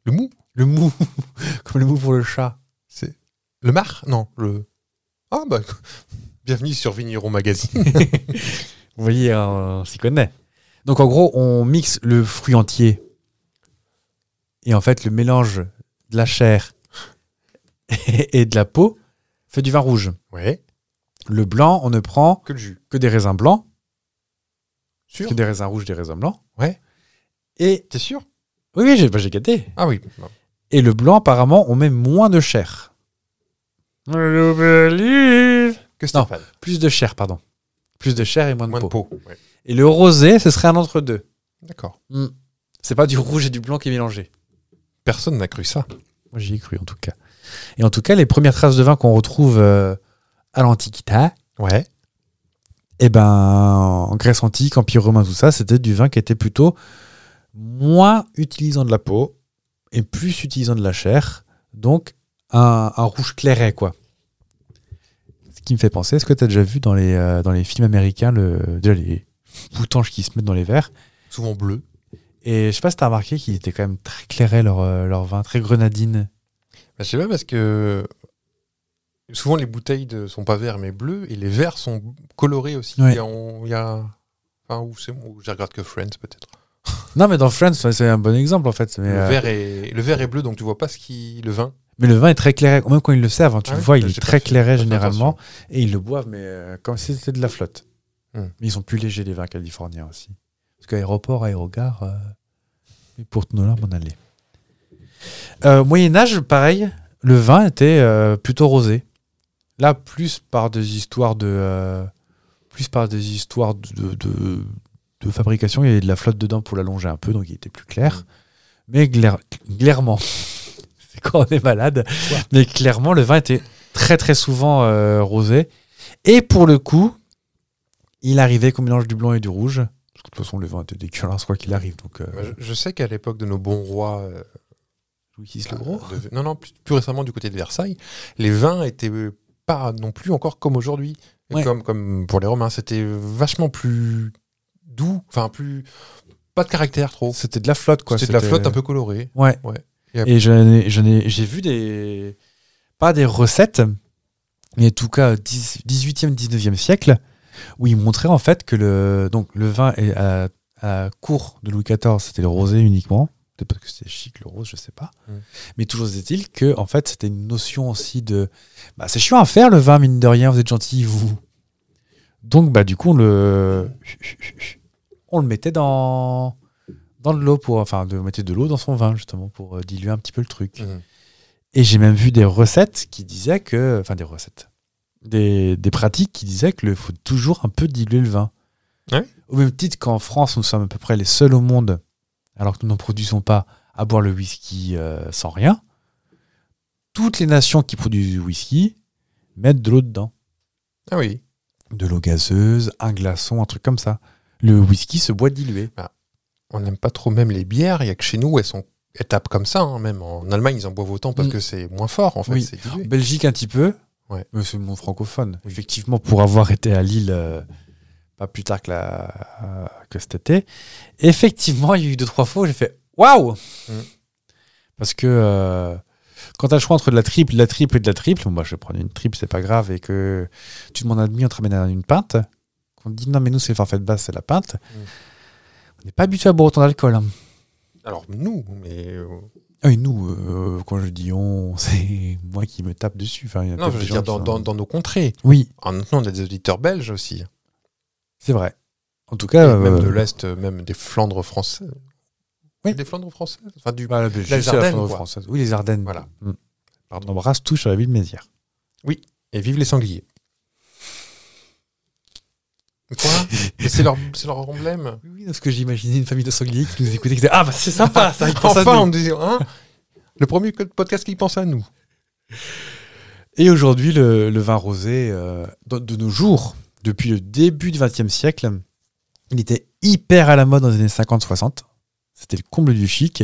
Speaker 2: Le mou
Speaker 1: Le mou. [LAUGHS] Comme le mou pour le chat.
Speaker 2: C'est le mar Non, le. Ah bah. [LAUGHS] Bienvenue sur
Speaker 1: [LAUGHS]
Speaker 2: Vigneron Magazine.
Speaker 1: Vous voyez, hein, on s'y connaît. Donc en gros, on mixe le fruit entier. Et en fait, le mélange de la chair [LAUGHS] et de la peau fait du vin rouge.
Speaker 2: Ouais.
Speaker 1: Le blanc, on ne prend
Speaker 2: Que le jus.
Speaker 1: que des raisins blancs.
Speaker 2: Sûr
Speaker 1: Que des raisins rouges, des raisins blancs.
Speaker 2: Ouais.
Speaker 1: Et
Speaker 2: T'es sûr
Speaker 1: oui, oui, j'ai bah, j'ai gâté.
Speaker 2: Ah oui.
Speaker 1: Et le blanc, apparemment, on met moins de chair.
Speaker 2: Que Stéphane.
Speaker 1: Plus de chair, pardon. Plus de chair et moins de,
Speaker 2: Moins de
Speaker 1: peau.
Speaker 2: peau. Ouais.
Speaker 1: Et le rosé, ce serait un entre deux.
Speaker 2: D'accord.
Speaker 1: C'est pas du rouge et du blanc qui est mélangé.
Speaker 2: Personne n'a cru ça.
Speaker 1: Moi, j'y ai cru en tout cas. Et en tout cas, les premières traces de vin qu'on retrouve euh, à l'Antiquité,
Speaker 2: Ouais.
Speaker 1: eh ben, en Grèce antique, Empire romain, tout ça, c'était du vin qui était plutôt moins utilisant de la peau et plus utilisant de la chair. Donc, un, un rouge clairet, quoi. Ce qui me fait penser, est-ce que tu as déjà vu dans les, euh, dans les films américains le, déjà les boutanges qui se mettent dans les verres
Speaker 2: Souvent bleu.
Speaker 1: Et je sais pas si tu as remarqué qu'il était quand même très clairet leur, euh, leur vin, très grenadine.
Speaker 2: Bah, je sais pas parce que. Souvent les bouteilles ne sont pas vertes mais bleues et les verts sont colorés aussi.
Speaker 1: Ouais.
Speaker 2: Il y a. on- il y a- Enfin, où c'est où je regarde que Friends peut-être.
Speaker 1: Non, mais dans Friends, c'est un bon exemple en fait. Mais,
Speaker 2: Le,
Speaker 1: euh,
Speaker 2: vert est... le vert est bleu donc tu vois pas ce qui. Le vin.
Speaker 1: mais le vin est très clairet, même quand ils le servent, hein, tu
Speaker 2: Ah
Speaker 1: le
Speaker 2: oui
Speaker 1: vois, il
Speaker 2: J'ai
Speaker 1: est
Speaker 2: pas
Speaker 1: très
Speaker 2: fait-
Speaker 1: clairet
Speaker 2: pas fait
Speaker 1: généralement. Et ils le boivent, mais euh, comme si c'était de la flotte.
Speaker 2: Hmm.
Speaker 1: Mais ils sont plus légers, les vins californiens aussi. Parce qu'aéroport, aérogare, euh, et pour nos là m'en aller. Euh, Moyen-Âge, pareil, le vin était euh, plutôt rosé. Là, plus par des histoires de. euh, plus par des histoires de, de, de- de fabrication, il y avait de la flotte dedans pour l'allonger un peu, donc il était plus
Speaker 2: Mm.
Speaker 1: clair. Mais glaire- clairement, [LAUGHS] c'est quand on est malade, mais clairement, le vin était très très souvent euh, rosé. Et pour le coup, il arrivait qu'on mélange du blanc et du rouge. Parce que de toute façon, le vin était dégueulasse quoi qu'il arrive. Donc, euh,
Speaker 2: Bah, je, je sais qu'à l'époque de nos bons rois, euh,
Speaker 1: Louis le Gros.
Speaker 2: de- non, non, plus, plus récemment du côté de Versailles, les vins étaient euh, pas non plus encore comme aujourd'hui. Et
Speaker 1: Ouais.
Speaker 2: Comme, comme pour les Romains, c'était vachement plus doux, enfin plus. pas de caractère trop.
Speaker 1: C'était de la flotte, quoi.
Speaker 2: C'était de la flotte un peu colorée.
Speaker 1: Ouais.
Speaker 2: Ouais.
Speaker 1: Et j'en ai- j'en ai- j'ai vu des. Pas des recettes, mais en tout cas 10 18e, 19e siècle, où ils montraient en fait que le, donc, le vin est à, à court de Louis XIV, c'était le rosé uniquement. Peut-être parce que c'était chic le rose, je sais pas.
Speaker 2: Mm.
Speaker 1: Mais toujours est-il que en fait c'était une notion aussi de. Bah, c'est chiant à faire le vin, mine de rien, vous êtes gentil, vous. Donc bah du coup on le. On le mettait dans dans de l'eau pour enfin de mettre de l'eau dans son vin justement pour euh, diluer un petit peu le truc.
Speaker 2: Mhm.
Speaker 1: Et j'ai même vu des recettes qui disaient que enfin des recettes des, des pratiques qui disaient que le faut toujours un peu diluer le vin.
Speaker 2: Ouais.
Speaker 1: Au même titre qu'en France nous sommes à peu près les seuls au monde alors que nous n'en produisons pas à boire le whisky euh, sans rien. Toutes les nations qui produisent du whisky mettent de l'eau dedans,
Speaker 2: Ah oui.
Speaker 1: de l'eau gazeuse, un glaçon, un truc comme ça. Le whisky se boit dilué.
Speaker 2: On n'aime pas trop même les bières, il y a que chez nous, elles sont elles tapent comme ça, hein, même en Allemagne ils en boivent autant parce
Speaker 1: Mm.
Speaker 2: que c'est moins fort en fait.
Speaker 1: Oui.
Speaker 2: c'est dilué.
Speaker 1: Belgique un petit peu.
Speaker 2: Ouais.
Speaker 1: Mais c'est mon francophone. Effectivement, pour avoir été à Lille euh, pas plus tard que, la, euh, que cet été, effectivement, il y a eu deux, trois fois où j'ai fait Waouh
Speaker 2: Mm.
Speaker 1: Parce que euh, quand tu as le choix entre de la triple, de la triple et de la triple, bon, moi je vais prendre une triple, c'est pas grave, et que tu demandes à demi, on te ramène à une pinte, qu'on te dit non, mais nous c'est forfait de base, c'est la pinte.
Speaker 2: Mm.
Speaker 1: On n'est pas habitué à boire autant d'alcool. hein.
Speaker 2: Alors nous, mais euh,
Speaker 1: Ah oui, nous, euh, quand je dis on, [LAUGHS] c'est moi qui me tape dessus. Enfin, il y a
Speaker 2: non,
Speaker 1: peut-être
Speaker 2: je veux
Speaker 1: des gens
Speaker 2: dire
Speaker 1: qui
Speaker 2: dans,
Speaker 1: sont-
Speaker 2: dans- dans nos contrées.
Speaker 1: Oui,
Speaker 2: En maintenant on a des auditeurs belges aussi,
Speaker 1: C'est vrai. En tout cas,
Speaker 2: Et même
Speaker 1: euh,
Speaker 2: de l'est, euh, même des Flandres français.
Speaker 1: Oui.
Speaker 2: Des Flandres françaises. Enfin du.
Speaker 1: bah, la Belgique,
Speaker 2: Les
Speaker 1: c'est la
Speaker 2: Ardennes,
Speaker 1: Flandre
Speaker 2: quoi.
Speaker 1: française. Oui, les Ardennes.
Speaker 2: Voilà.
Speaker 1: Mm. On
Speaker 2: Pardon.
Speaker 1: embrasse tout sur la ville de Mézières.
Speaker 2: Et vive les sangliers.
Speaker 1: [LAUGHS]
Speaker 2: Quoi Mais C'est leur, c'est leur emblème.
Speaker 1: Oui, parce que j'imaginais une famille de sangliers qui nous écoutait. Qui disait, ah, bah c'est sympa, [LAUGHS] ça, ils pensent à
Speaker 2: enfin,
Speaker 1: nous.
Speaker 2: on me disait, hein Le premier co- podcast qui pense à nous.
Speaker 1: Et aujourd'hui, le, le vin rosé, euh, de, de nos jours, depuis le début du XXe siècle, il était hyper à la mode dans les années 50-60. C'était le comble du chic.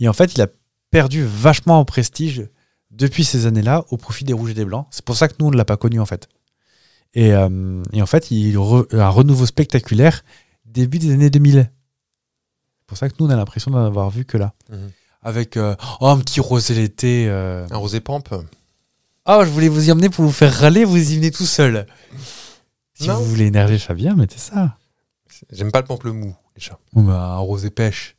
Speaker 1: Et en fait, il a perdu vachement en prestige depuis ces années-là au profit des rouges et des blancs. C'est pour ça que nous, on ne l'a pas connu, en fait. Et, euh, et en fait, il re- un renouveau spectaculaire début des années 2000. C'est pour ça que nous, on a l'impression d'en avoir vu que là.
Speaker 2: Mhm.
Speaker 1: Avec euh, oh, un petit rosé l'été. euh,
Speaker 2: Un rosé pampe.
Speaker 1: ah, je voulais vous y emmener pour vous faire râler, vous y venez tout seul. Si
Speaker 2: Non.
Speaker 1: vous voulez énerver Fabien, mettez ça.
Speaker 2: J'aime pas le pamplemou, déjà.
Speaker 1: Ou bah, un rosé pêche.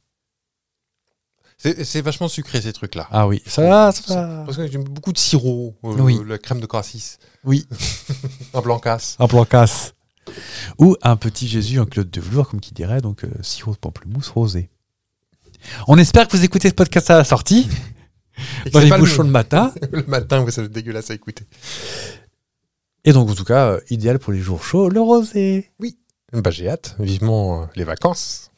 Speaker 2: C'est c'est vachement sucré, ces trucs-là.
Speaker 1: Ah oui, ça,
Speaker 2: C'est-
Speaker 1: ça.
Speaker 2: Parce que j'aime beaucoup de sirop, euh,
Speaker 1: Oui.
Speaker 2: la crème de cassis,
Speaker 1: Oui,
Speaker 2: [LAUGHS] un blanc casse.
Speaker 1: un plan casse. Ou un petit Jésus en culotte de velours, comme qui dirait, donc euh, sirop de pamplemousse rosé. On espère que vous écoutez ce podcast à la sortie, dans les bouchons le matin.
Speaker 2: [LAUGHS] le... le matin, ouais, c'est dégueulasse à écouter.
Speaker 1: Et donc, en tout cas, euh, idéal pour les jours chauds, le rosé.
Speaker 2: Bah, j'ai hâte, vivement euh, les vacances.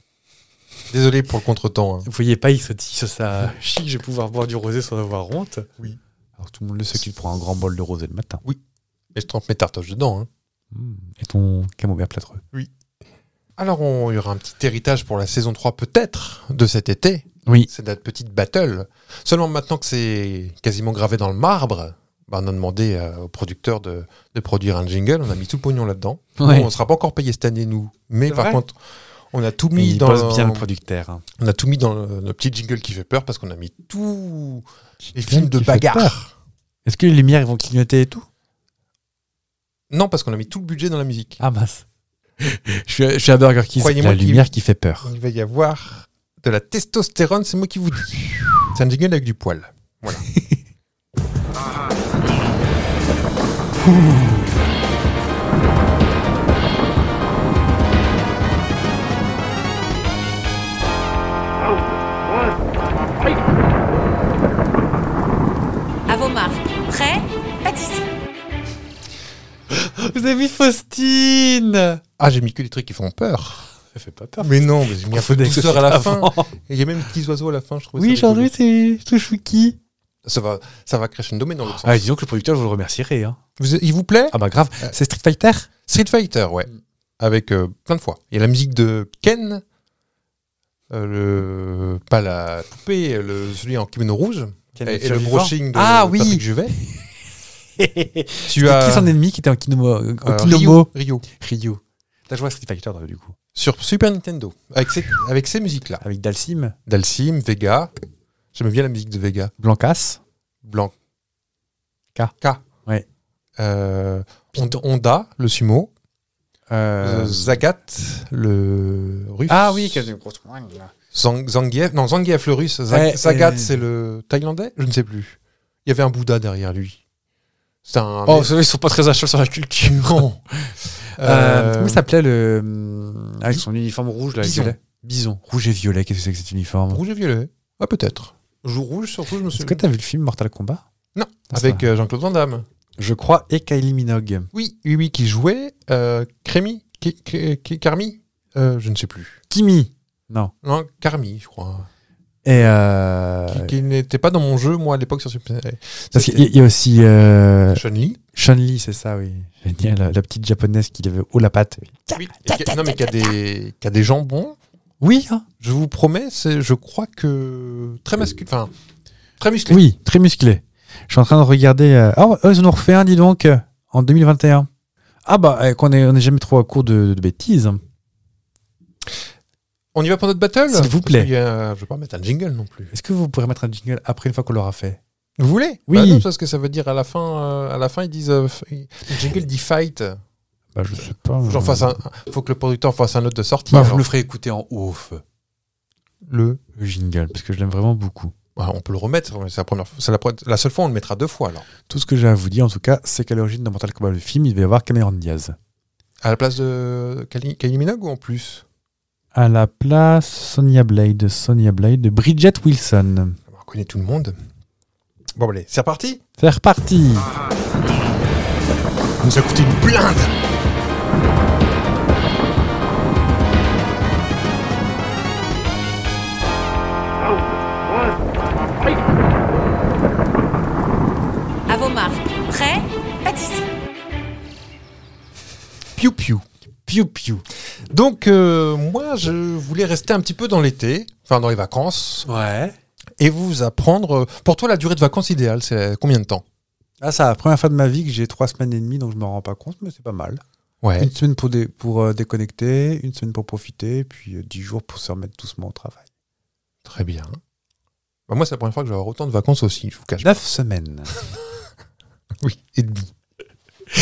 Speaker 2: Désolé pour le contretemps. hein.
Speaker 1: Vous voyez pas, il se dit sur sa chic, je vais pouvoir boire du rosé sans avoir honte. Oui. Alors, tout le monde le sait qu'il prend un grand bol de rosé le matin.
Speaker 2: Et je trempe mes tartoches dedans. hein.
Speaker 1: Mm. Et ton camembert plâtreux.
Speaker 2: Alors, on- il y aura un petit héritage pour la saison 3, peut-être, de cet été.
Speaker 1: Oui.
Speaker 2: C'est notre petite battle. Seulement maintenant que c'est quasiment gravé dans le marbre, bah, on a demandé euh, au producteur de, de produire un jingle. On a mis tout le pognon là-dedans.
Speaker 1: Ouais.
Speaker 2: Bon, on ne sera pas encore payé cette année, nous. Mais
Speaker 1: C'est
Speaker 2: par
Speaker 1: vrai
Speaker 2: contre, on a tout mis
Speaker 1: il
Speaker 2: dans
Speaker 1: bosse
Speaker 2: le-
Speaker 1: bien le producteur. hein.
Speaker 2: On a tout mis dans le, le petit jingle qui fait peur parce qu'on a mis tous les
Speaker 1: Jingle
Speaker 2: films de
Speaker 1: qui fait
Speaker 2: bagarre.
Speaker 1: Est-ce que les lumières elles vont clignoter et tout
Speaker 2: Non, parce qu'on a mis tout le budget dans la musique.
Speaker 1: Ah mince. je, suis, je suis à Burger King.
Speaker 2: Croyez-moi
Speaker 1: La
Speaker 2: qu'il-
Speaker 1: lumière qui fait peur.
Speaker 2: Il va y avoir de la testostérone, c'est moi qui vous dis. C'est un jingle avec du poil. Voilà.
Speaker 8: À vos marques. Prêt Pâtisserie.
Speaker 1: Vous avez mis Faustine
Speaker 2: Ah, j'ai mis que des trucs qui font peur.
Speaker 1: Ça fait pas peur.
Speaker 2: Mais non, mais j'ai mis un peu de douceur à la fin. Et il y a même des petits oiseaux à la fin, je trouve.
Speaker 1: Oui, aujourd'hui, c'est tout chouki.
Speaker 2: Ça va, ça va crescendo, mais dans l'autre sens.
Speaker 1: Ah, disons que le producteur, vous le remercierez. Hein.
Speaker 2: Vous- il vous plaît
Speaker 1: Ah Mm. bah grave,
Speaker 2: Euh.
Speaker 1: c'est Street Fighter
Speaker 2: Street Fighter, ouais. Avec euh, plein de fois. Il y a la musique de Ken. euh, le, pas la poupée, euh, le, celui en kimono rouge et, et le brushing de
Speaker 1: Ah oui.
Speaker 2: Patrick Juvet. tu
Speaker 1: [LAUGHS] C'était
Speaker 2: as
Speaker 1: qui son ennemi qui était en Kinomo en
Speaker 2: euh,
Speaker 1: Kinomo
Speaker 2: Ryu, Ryu.
Speaker 1: Ryu. T'as joué à Street Fighter du coup
Speaker 2: sur Super Nintendo avec ces, avec ces musiques-là.
Speaker 1: avec Dalsim,
Speaker 2: Dalsim, Vega. J'aime bien la musique de Vega.
Speaker 1: Blancas.
Speaker 2: Blanc.
Speaker 1: K.
Speaker 2: K.
Speaker 1: Ouais.
Speaker 2: Euh, Hon- Honda, le sumo. Euh, Zagat, le russe.
Speaker 1: Ah oui, que-
Speaker 2: Zang- Zangief, non, Zangief, le russe. Zag-
Speaker 1: Ouais,
Speaker 2: Zagat,
Speaker 1: euh,
Speaker 2: c'est le thaïlandais Je ne sais plus. Il y avait un Bouddha derrière lui. C'est un.
Speaker 1: Oh, vous savez, ils sont pas très à cheval sur la culture.
Speaker 2: Non.
Speaker 1: Euh,
Speaker 2: Euh,
Speaker 1: comment il s'appelait le. hum, Avec son uniforme rouge, là,
Speaker 2: Bison.
Speaker 1: violet Bison. Rouge et violet, qu'est-ce que c'est que cet uniforme
Speaker 2: Rouge et violet. Ah, peut-être. Jour rouge, sur rouge, je me
Speaker 1: Est-ce
Speaker 2: souviens.
Speaker 1: que t'as vu le film Mortal Kombat
Speaker 2: Non,
Speaker 1: Ah, ça
Speaker 2: Avec euh, Jean-Claude Van Damme.
Speaker 1: Je crois, et Kylie Minogue.
Speaker 2: Oui, oui, oui, qui jouait euh, Crémy, Ki- Ki- Ki- Carmi, Euh, je ne sais plus.
Speaker 1: Kimi Non.
Speaker 2: Non, Carmi, je crois.
Speaker 1: Et. Euh...
Speaker 2: Qui, qui n'était pas dans mon jeu, moi, à l'époque, sur Super
Speaker 1: Parce qu'il y a- il y a aussi.
Speaker 2: Ah,
Speaker 1: Euh...
Speaker 2: Chun-Li.
Speaker 1: Chun-Li, c'est ça, oui. Génial, la, la petite japonaise qui avait haut la patte.
Speaker 2: Oui, et qui- non, mais qui a, des, qui a des jambons.
Speaker 1: Oui, hein
Speaker 2: Je vous promets, c'est, je crois que très masculin. Enfin, très musclé.
Speaker 1: oui, très musclé. Je suis en train de regarder. euh, Ah, ouais, ils en ont refait un, dis donc, euh, en 2021. Ah, bah, euh, qu'on est, on est jamais trop à court de, de bêtises. hein.
Speaker 2: On y va pour notre battle
Speaker 1: S'il vous
Speaker 2: Parce
Speaker 1: plaît.
Speaker 2: qu'il y a- je ne veux pas mettre un jingle non plus.
Speaker 1: Est-ce que vous pourrez mettre un jingle après une fois qu'on l'aura fait
Speaker 2: Vous voulez
Speaker 1: Oui.
Speaker 2: Bah non, parce que ça veut dire à la fin, euh, à la fin ils disent. euh, f- le jingle dit fight.
Speaker 1: Bah, je sais pas.
Speaker 2: Faut, que j'en fasse un- faut que le producteur fasse un autre de sortie.
Speaker 1: Bah, vous
Speaker 2: alors.
Speaker 1: le ferez écouter en haut au feu,
Speaker 2: le
Speaker 1: le jingle, parce que je l'aime vraiment beaucoup.
Speaker 2: Ouais, Bah, on peut le remettre, mais c'est la première fois. C'est la, pro- la seule fois, on le mettra deux fois alors.
Speaker 1: Tout ce que j'ai à vous dire, en tout cas, c'est qu'à l'origine de Mortal Kombat, le film, il devait y avoir Cameron Diaz.
Speaker 2: À la place de Kylie Kylie Minogue ou en plus
Speaker 1: À la place, Sonia Blade, Sonia Blade, de Bridget Wilson.
Speaker 2: On reconnaît tout le monde. Bon, allez, c'est reparti
Speaker 1: C'est reparti
Speaker 2: Ça nous a coûté une blinde
Speaker 8: À vos marques. Prêt Pas ici.
Speaker 2: Piu piu. Piu piu. Donc, euh, moi, je voulais rester un petit peu dans l'été, enfin dans les vacances,
Speaker 1: Ouais.
Speaker 2: et vous apprendre. euh, Pour toi, la durée de vacances idéale, c'est combien de temps
Speaker 1: Ah, c'est la première fois de ma vie que j'ai trois semaines et demie, donc je m'en rends pas compte, mais c'est pas mal.
Speaker 2: Ouais.
Speaker 1: Une semaine pour, dé- pour euh, déconnecter, une semaine pour profiter, puis euh, dix jours pour se remettre doucement au travail.
Speaker 2: Très bien. Bah, moi, c'est la première fois que je vais avoir autant de vacances aussi, je vous cache. pas.
Speaker 1: Neuf semaines.
Speaker 2: Oui, et demi. [LAUGHS]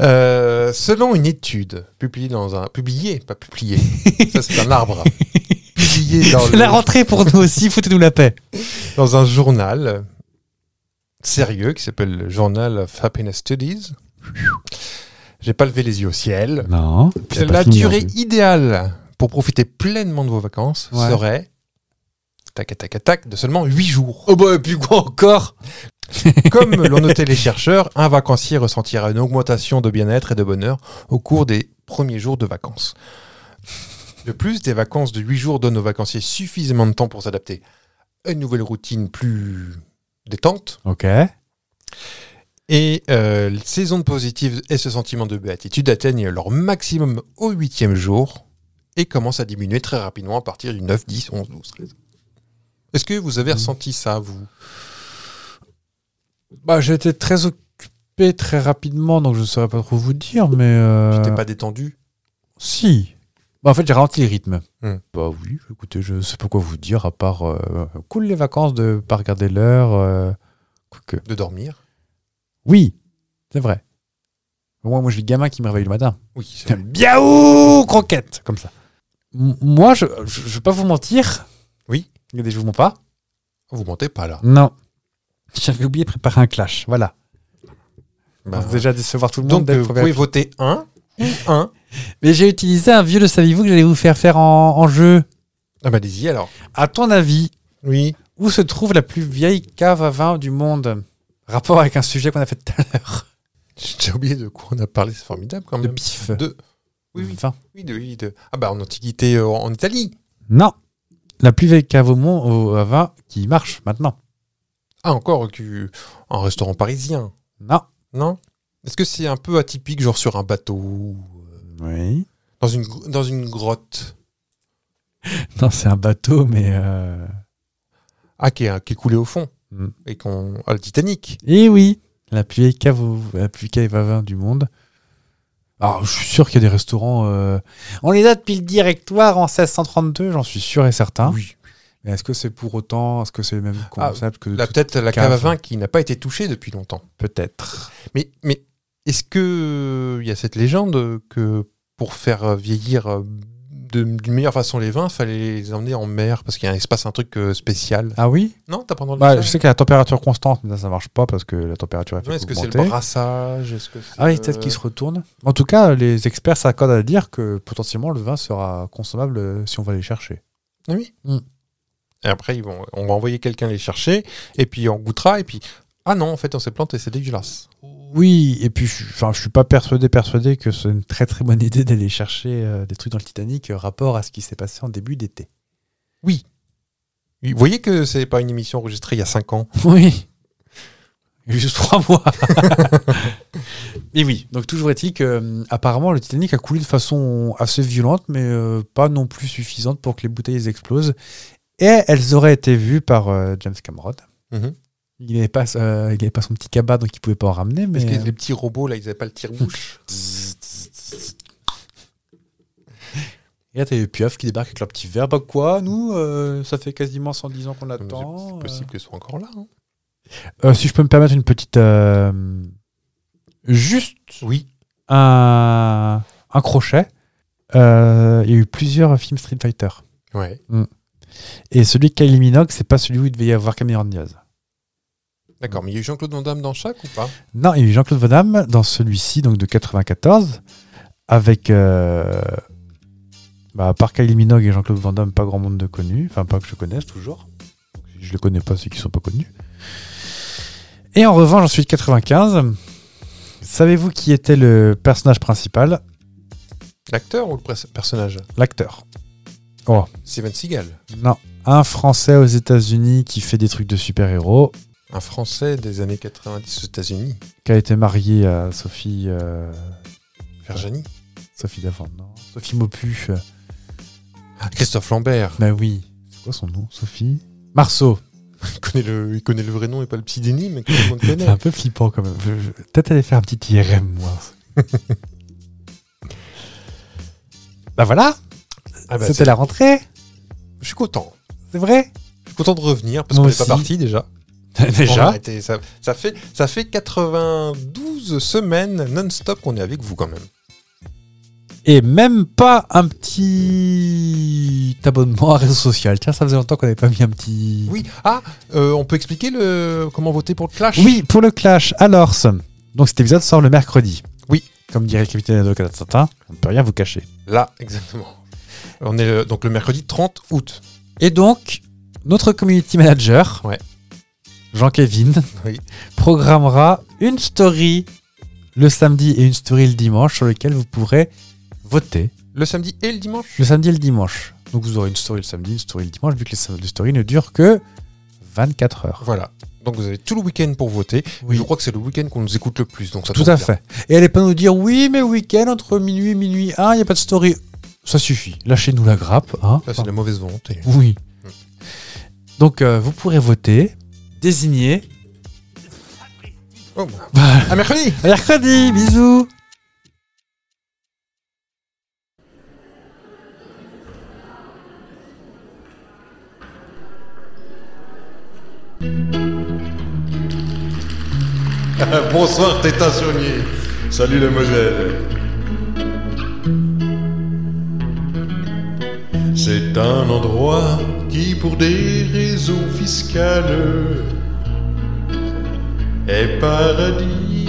Speaker 2: Euh, selon une étude publiée dans un publiée pas publiée ça c'est un arbre publiée dans, le-
Speaker 1: la rentrée pour nous aussi, foutez-nous la paix.
Speaker 2: dans un journal sérieux qui s'appelle le Journal of Happiness Studies j'ai pas levé les yeux au ciel
Speaker 1: Non.
Speaker 2: la durée idéale pour profiter pleinement de vos vacances
Speaker 1: Ouais.
Speaker 2: serait tac tac tac de seulement 8 jours
Speaker 1: Oh bah, et puis quoi encore
Speaker 2: [LAUGHS] Comme l'ont noté les chercheurs, un vacancier ressentira une augmentation de bien-être et de bonheur au cours des premiers jours de vacances. De plus, des vacances de 8 jours donnent aux vacanciers suffisamment de temps pour s'adapter à une nouvelle routine plus détente.
Speaker 1: Ok.
Speaker 2: Et euh, les saisons positives et ce sentiment de béatitude atteignent leur maximum au huitième jour et commencent à diminuer très rapidement à partir du 9, 10, 11, 12, 13. Est-ce que vous
Speaker 1: Mmh.
Speaker 2: avez ressenti ça, vous
Speaker 1: Bah, j'ai été très occupé très rapidement, donc je ne saurais pas trop vous dire, mais.
Speaker 2: Tu
Speaker 1: Euh...
Speaker 2: t'es pas détendu
Speaker 1: Si. Bah, en fait, j'ai ralenti les rythmes.
Speaker 2: Hmm.
Speaker 1: Bah oui, écoutez, je sais pas quoi vous dire, à part euh, cool les vacances de pas regarder l'heure. euh, quoique.
Speaker 2: de dormir
Speaker 1: Oui, c'est vrai. Moi, moi, j'ai le gamin qui me réveille le matin.
Speaker 2: Oui, c'est
Speaker 1: [LAUGHS] Mmh. Biaou, croquette, comme ça. M- moi, je, je, je vais pas vous mentir.
Speaker 2: Oui.
Speaker 1: Regardez, je vous mens pas.
Speaker 2: Vous mentez pas là.
Speaker 1: Non. J'avais oublié de préparer un clash, voilà.
Speaker 2: Bah,
Speaker 1: On va déjà décevoir tout le monde.
Speaker 2: donc
Speaker 1: dès
Speaker 2: euh,
Speaker 1: le
Speaker 2: vous
Speaker 1: premier
Speaker 2: pouvez voter 1 ou
Speaker 1: Mmh.
Speaker 2: 1.
Speaker 1: Mais j'ai utilisé un vieux, le saviez-vous, que j'allais vous faire faire en, en jeu.
Speaker 2: Ah bah allez-y alors.
Speaker 1: À ton avis,
Speaker 2: Oui.
Speaker 1: Où se trouve la plus vieille cave à vin du monde Rapport avec un sujet qu'on a fait tout à l'heure.
Speaker 2: J'ai déjà oublié de quoi on a parlé, c'est formidable quand
Speaker 1: De
Speaker 2: même.
Speaker 1: pif.
Speaker 2: De- Oui, oui,
Speaker 1: Vin.
Speaker 2: oui, de, oui, de- Ah bah en antiquité euh, en Italie.
Speaker 1: Non. La plus vieille cave au monde au- à vin qui marche maintenant.
Speaker 2: Ah encore que- un restaurant parisien,
Speaker 1: Non.
Speaker 2: non Est-ce que c'est un peu atypique genre sur un bateau ou, euh,
Speaker 1: Oui.
Speaker 2: dans une gr- dans une grotte
Speaker 1: Non, c'est un bateau, mais. euh,
Speaker 2: Ah, qui est, qui est coulé au fond.
Speaker 1: Mm.
Speaker 2: Et qu'on. Ah, le Titanic.
Speaker 1: Eh oui La plus vieille cave, au- la plus vieille cave à vin du monde. Alors, je suis sûr qu'il y a des restaurants. euh, On les a depuis le directoire en 1632, j'en suis sûr et certain.
Speaker 2: oui.
Speaker 1: Mais est-ce que c'est pour autant Est-ce que c'est le même
Speaker 2: Ah,
Speaker 1: concept que
Speaker 2: Là,
Speaker 1: tout-
Speaker 2: peut-être la cave à
Speaker 1: cave.
Speaker 2: vin qui n'a pas été touchée depuis longtemps.
Speaker 1: Peut-être.
Speaker 2: Mais, mais est-ce que il y a cette légende que pour faire vieillir euh, de- d'une meilleure façon les vins, fallait les emmener en mer parce qu'il y a un espace, un truc euh, spécial
Speaker 1: Ah oui
Speaker 2: Non, t'as pas entendu
Speaker 1: bah,
Speaker 2: ça
Speaker 1: Je sais qu'à la température constante, mais là, ça marche pas parce que la température est
Speaker 2: Non, Est-ce que c'est le Euh.
Speaker 1: augmenter.
Speaker 2: brassage Est-ce que c'est,
Speaker 1: Ah oui, peut-être qu'il se retourne. En tout cas, les experts s'accordent à dire que potentiellement le vin sera consommable euh, si on va les chercher.
Speaker 2: Ah oui.
Speaker 1: Mm.
Speaker 2: Et après, ils vont, on va envoyer quelqu'un les chercher et puis on goûtera et puis ah non, en fait, on s'est planté, c'est dégueulasse.
Speaker 1: Oui, et puis je, enfin, je suis pas persuadé, persuadé que c'est une très très bonne idée d'aller chercher euh, des trucs dans le Titanic euh, rapport à ce qui s'est passé en début d'été.
Speaker 2: Vous voyez que c'est pas une émission enregistrée il y a 5 ans.
Speaker 1: Oui. Juste trois mois. Et oui, donc toujours est-il que euh, apparemment le Titanic a coulé de façon assez violente, mais euh, pas non plus suffisante pour que les bouteilles explosent. Et elles auraient été vues par euh, James Cameron.
Speaker 2: Mhm.
Speaker 1: Il n'avait pas, euh, il avait pas son petit cabas, donc il pouvait pas en ramener. Mais
Speaker 2: Est-ce que
Speaker 1: euh,
Speaker 2: les petits robots là, ils avaient pas le tire-bouche
Speaker 1: Et là, t'as les pieuvres qui débarquent avec leur petit verre. Bah quoi, nous, euh, ça fait quasiment 110 ans qu'on attend.
Speaker 2: C'est possible que ce soit encore là. hein.
Speaker 1: Euh, si je peux me permettre une petite. euh, juste
Speaker 2: Oui.
Speaker 1: un, un crochet. Euh, il y a eu plusieurs films Street Fighter.
Speaker 2: Ouais.
Speaker 1: Et celui de Kylie Minogue, c'est pas celui où il devait y avoir Cameron Diaz.
Speaker 2: D'accord, mais il y a eu Jean-Claude Van Damme dans chaque ou pas
Speaker 1: Non, il y a eu Jean-Claude Van Damme dans celui-ci, donc de 94, avec. euh, bah, à part Kylie Minogue et Jean-Claude Van Damme, pas grand monde de connu. Enfin, pas que je connaisse toujours. Je les connais pas, ceux qui sont pas connus. Et en revanche, ensuite, 95. Savez-vous qui était le personnage principal
Speaker 2: L'acteur ou le pres- personnage
Speaker 1: L'acteur.
Speaker 2: Steven Seagal,
Speaker 1: Non. Un Français aux États-Unis qui fait des trucs de super-héros,
Speaker 2: un Français des années 90 aux États-Unis.
Speaker 1: qui a été marié à Sophie. euh,
Speaker 2: Virginie.
Speaker 1: Sophie Davant, non Sophie Maupu. euh,
Speaker 2: Ah, Christophe Lambert.
Speaker 1: Bah oui. C'est quoi son nom Sophie Marceau.
Speaker 2: Il connaît, le, il connaît le vrai nom et pas le pseudonyme mais que tout le monde
Speaker 1: [LAUGHS] C'est
Speaker 2: connaît.
Speaker 1: un peu flippant quand même. Je- je- Peut-être aller faire un petit IRM, moi.
Speaker 2: [LAUGHS]
Speaker 1: bah voilà,
Speaker 2: Ah bah,
Speaker 1: c'était
Speaker 2: c'est-
Speaker 1: la rentrée,
Speaker 2: Je suis content.
Speaker 1: c'est
Speaker 2: [LAUGHS]
Speaker 1: vrai
Speaker 2: Je suis content de revenir parce
Speaker 1: Moi
Speaker 2: qu'on n'est pas
Speaker 1: aussi.
Speaker 2: parti déjà. On a
Speaker 1: Déjà
Speaker 2: arrêté, ça, ça fait, ça fait 92 semaines non-stop qu'on est avec vous quand même.
Speaker 1: Et même pas un petit abonnement à réseau social. Tiens, ça faisait longtemps qu'on n'avait pas mis un petit...
Speaker 2: Oui. Ah, euh, on peut expliquer le, comment voter pour le clash
Speaker 1: Oui, pour le Clash, alors, donc cet épisode sort le mercredi.
Speaker 2: Oui.
Speaker 1: Comme dirait le capitaine Haddock à certains, on ne peut rien vous cacher.
Speaker 2: Là, exactement. On est le- donc le mercredi 30 août.
Speaker 1: Et donc, notre community manager,
Speaker 2: Ouais.
Speaker 1: Jean-Kévin,
Speaker 2: [LAUGHS] Oui.
Speaker 1: programmera une story le samedi et une story le dimanche sur lequel vous pourrez voter
Speaker 2: Le samedi et le dimanche
Speaker 1: le samedi et le dimanche. Donc vous aurez une story le samedi, une story le dimanche, vu que les, sam- les stories ne durent que 24 heures.
Speaker 2: Voilà. Donc vous avez tout le week-end pour voter.
Speaker 1: Oui.
Speaker 2: Je crois que c'est le week-end qu'on nous écoute le plus. Donc ça
Speaker 1: Tout
Speaker 2: tombe
Speaker 1: à
Speaker 2: bien.
Speaker 1: fait. Et allez pas nous dire oui, mais le week-end entre minuit et minuit 1, il n'y a pas de story. Ça suffit. Lâchez-nous la grappe. Hein
Speaker 2: Ça, c'est de la Hmm. mauvaise volonté.
Speaker 1: Oui. Donc euh, vous pourrez voter, désigner.
Speaker 2: Oh, bah.
Speaker 1: Voilà.
Speaker 2: À mercredi
Speaker 1: À mercredi, bisous
Speaker 5: [LAUGHS] Bonsoir, Tétin Saunier. Salut la Moselle. C'est un endroit qui, pour des raisons fiscales, est paradis.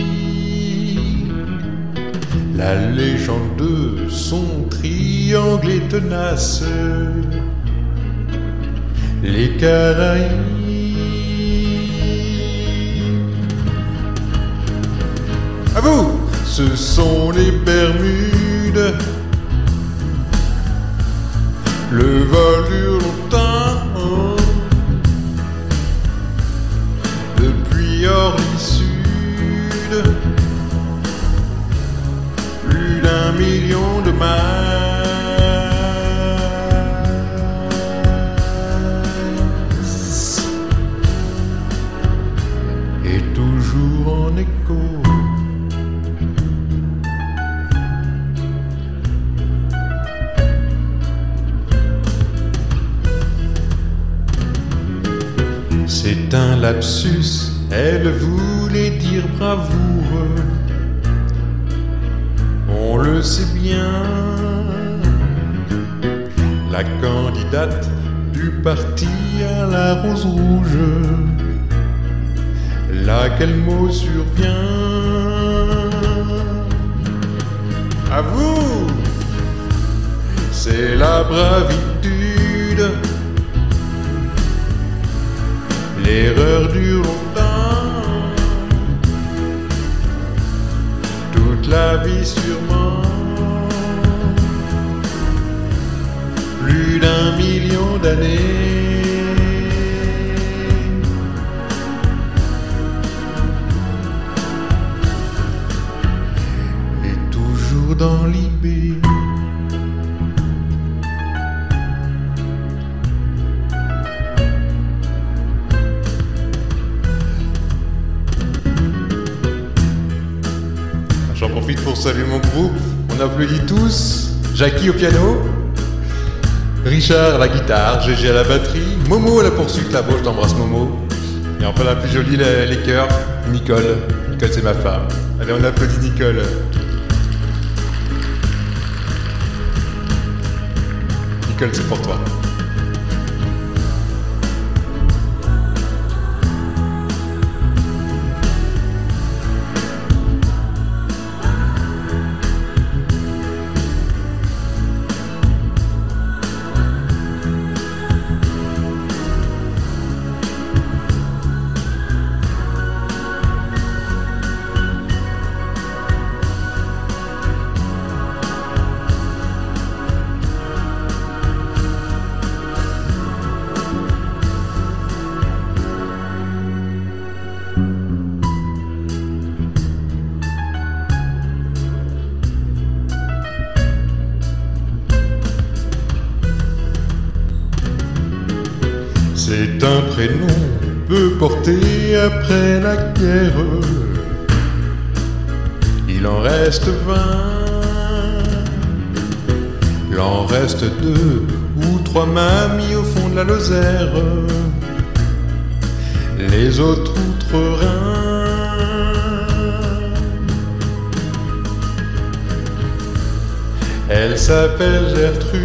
Speaker 5: La légende de son triangle est tenace. Les Caraïbes. À vous Ce sont les Bermudes. Le vol dure longtemps. Depuis Orly Sud. Plus d'un million de miles. toujours en écho. C'est un lapsus, elle voulait dire bravoure. On le sait bien, la candidate du parti à la rose rouge, laquelle mot survient. À vous, c'est la bravitude, l'erreur dure longtemps, toute la vie sûrement plus d'un million d'années. Et toujours dans l'IB. J'en profite pour saluer mon groupe. On applaudit tous. Jackie au piano. Richard à la guitare, GG à la batterie, Momo à la poursuite, la broche t'embrasse Momo. Et enfin la plus jolie, la- les cœurs, Nicole. Nicole c'est ma femme. Allez on applaudit Nicole. Nicole c'est pour toi. C'est un prénom peu porté après la guerre. Il en reste vingt. Il en reste deux ou trois mamies au fond de la Lozère. Les autres outre-Rhin. Elle s'appelle Gertrude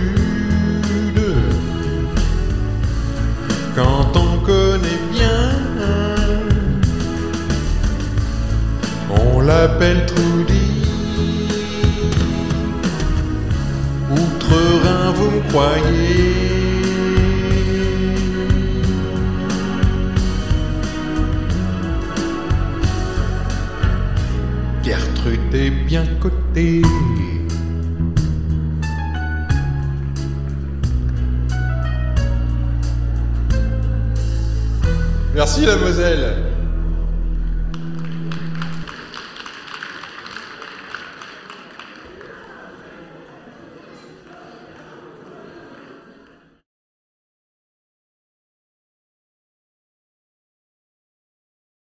Speaker 5: quand on connaît bien. On l'appelle Trudy. Outre-Rhin, vous me croyez. Gertrude est bien cotée. Merci la Moselle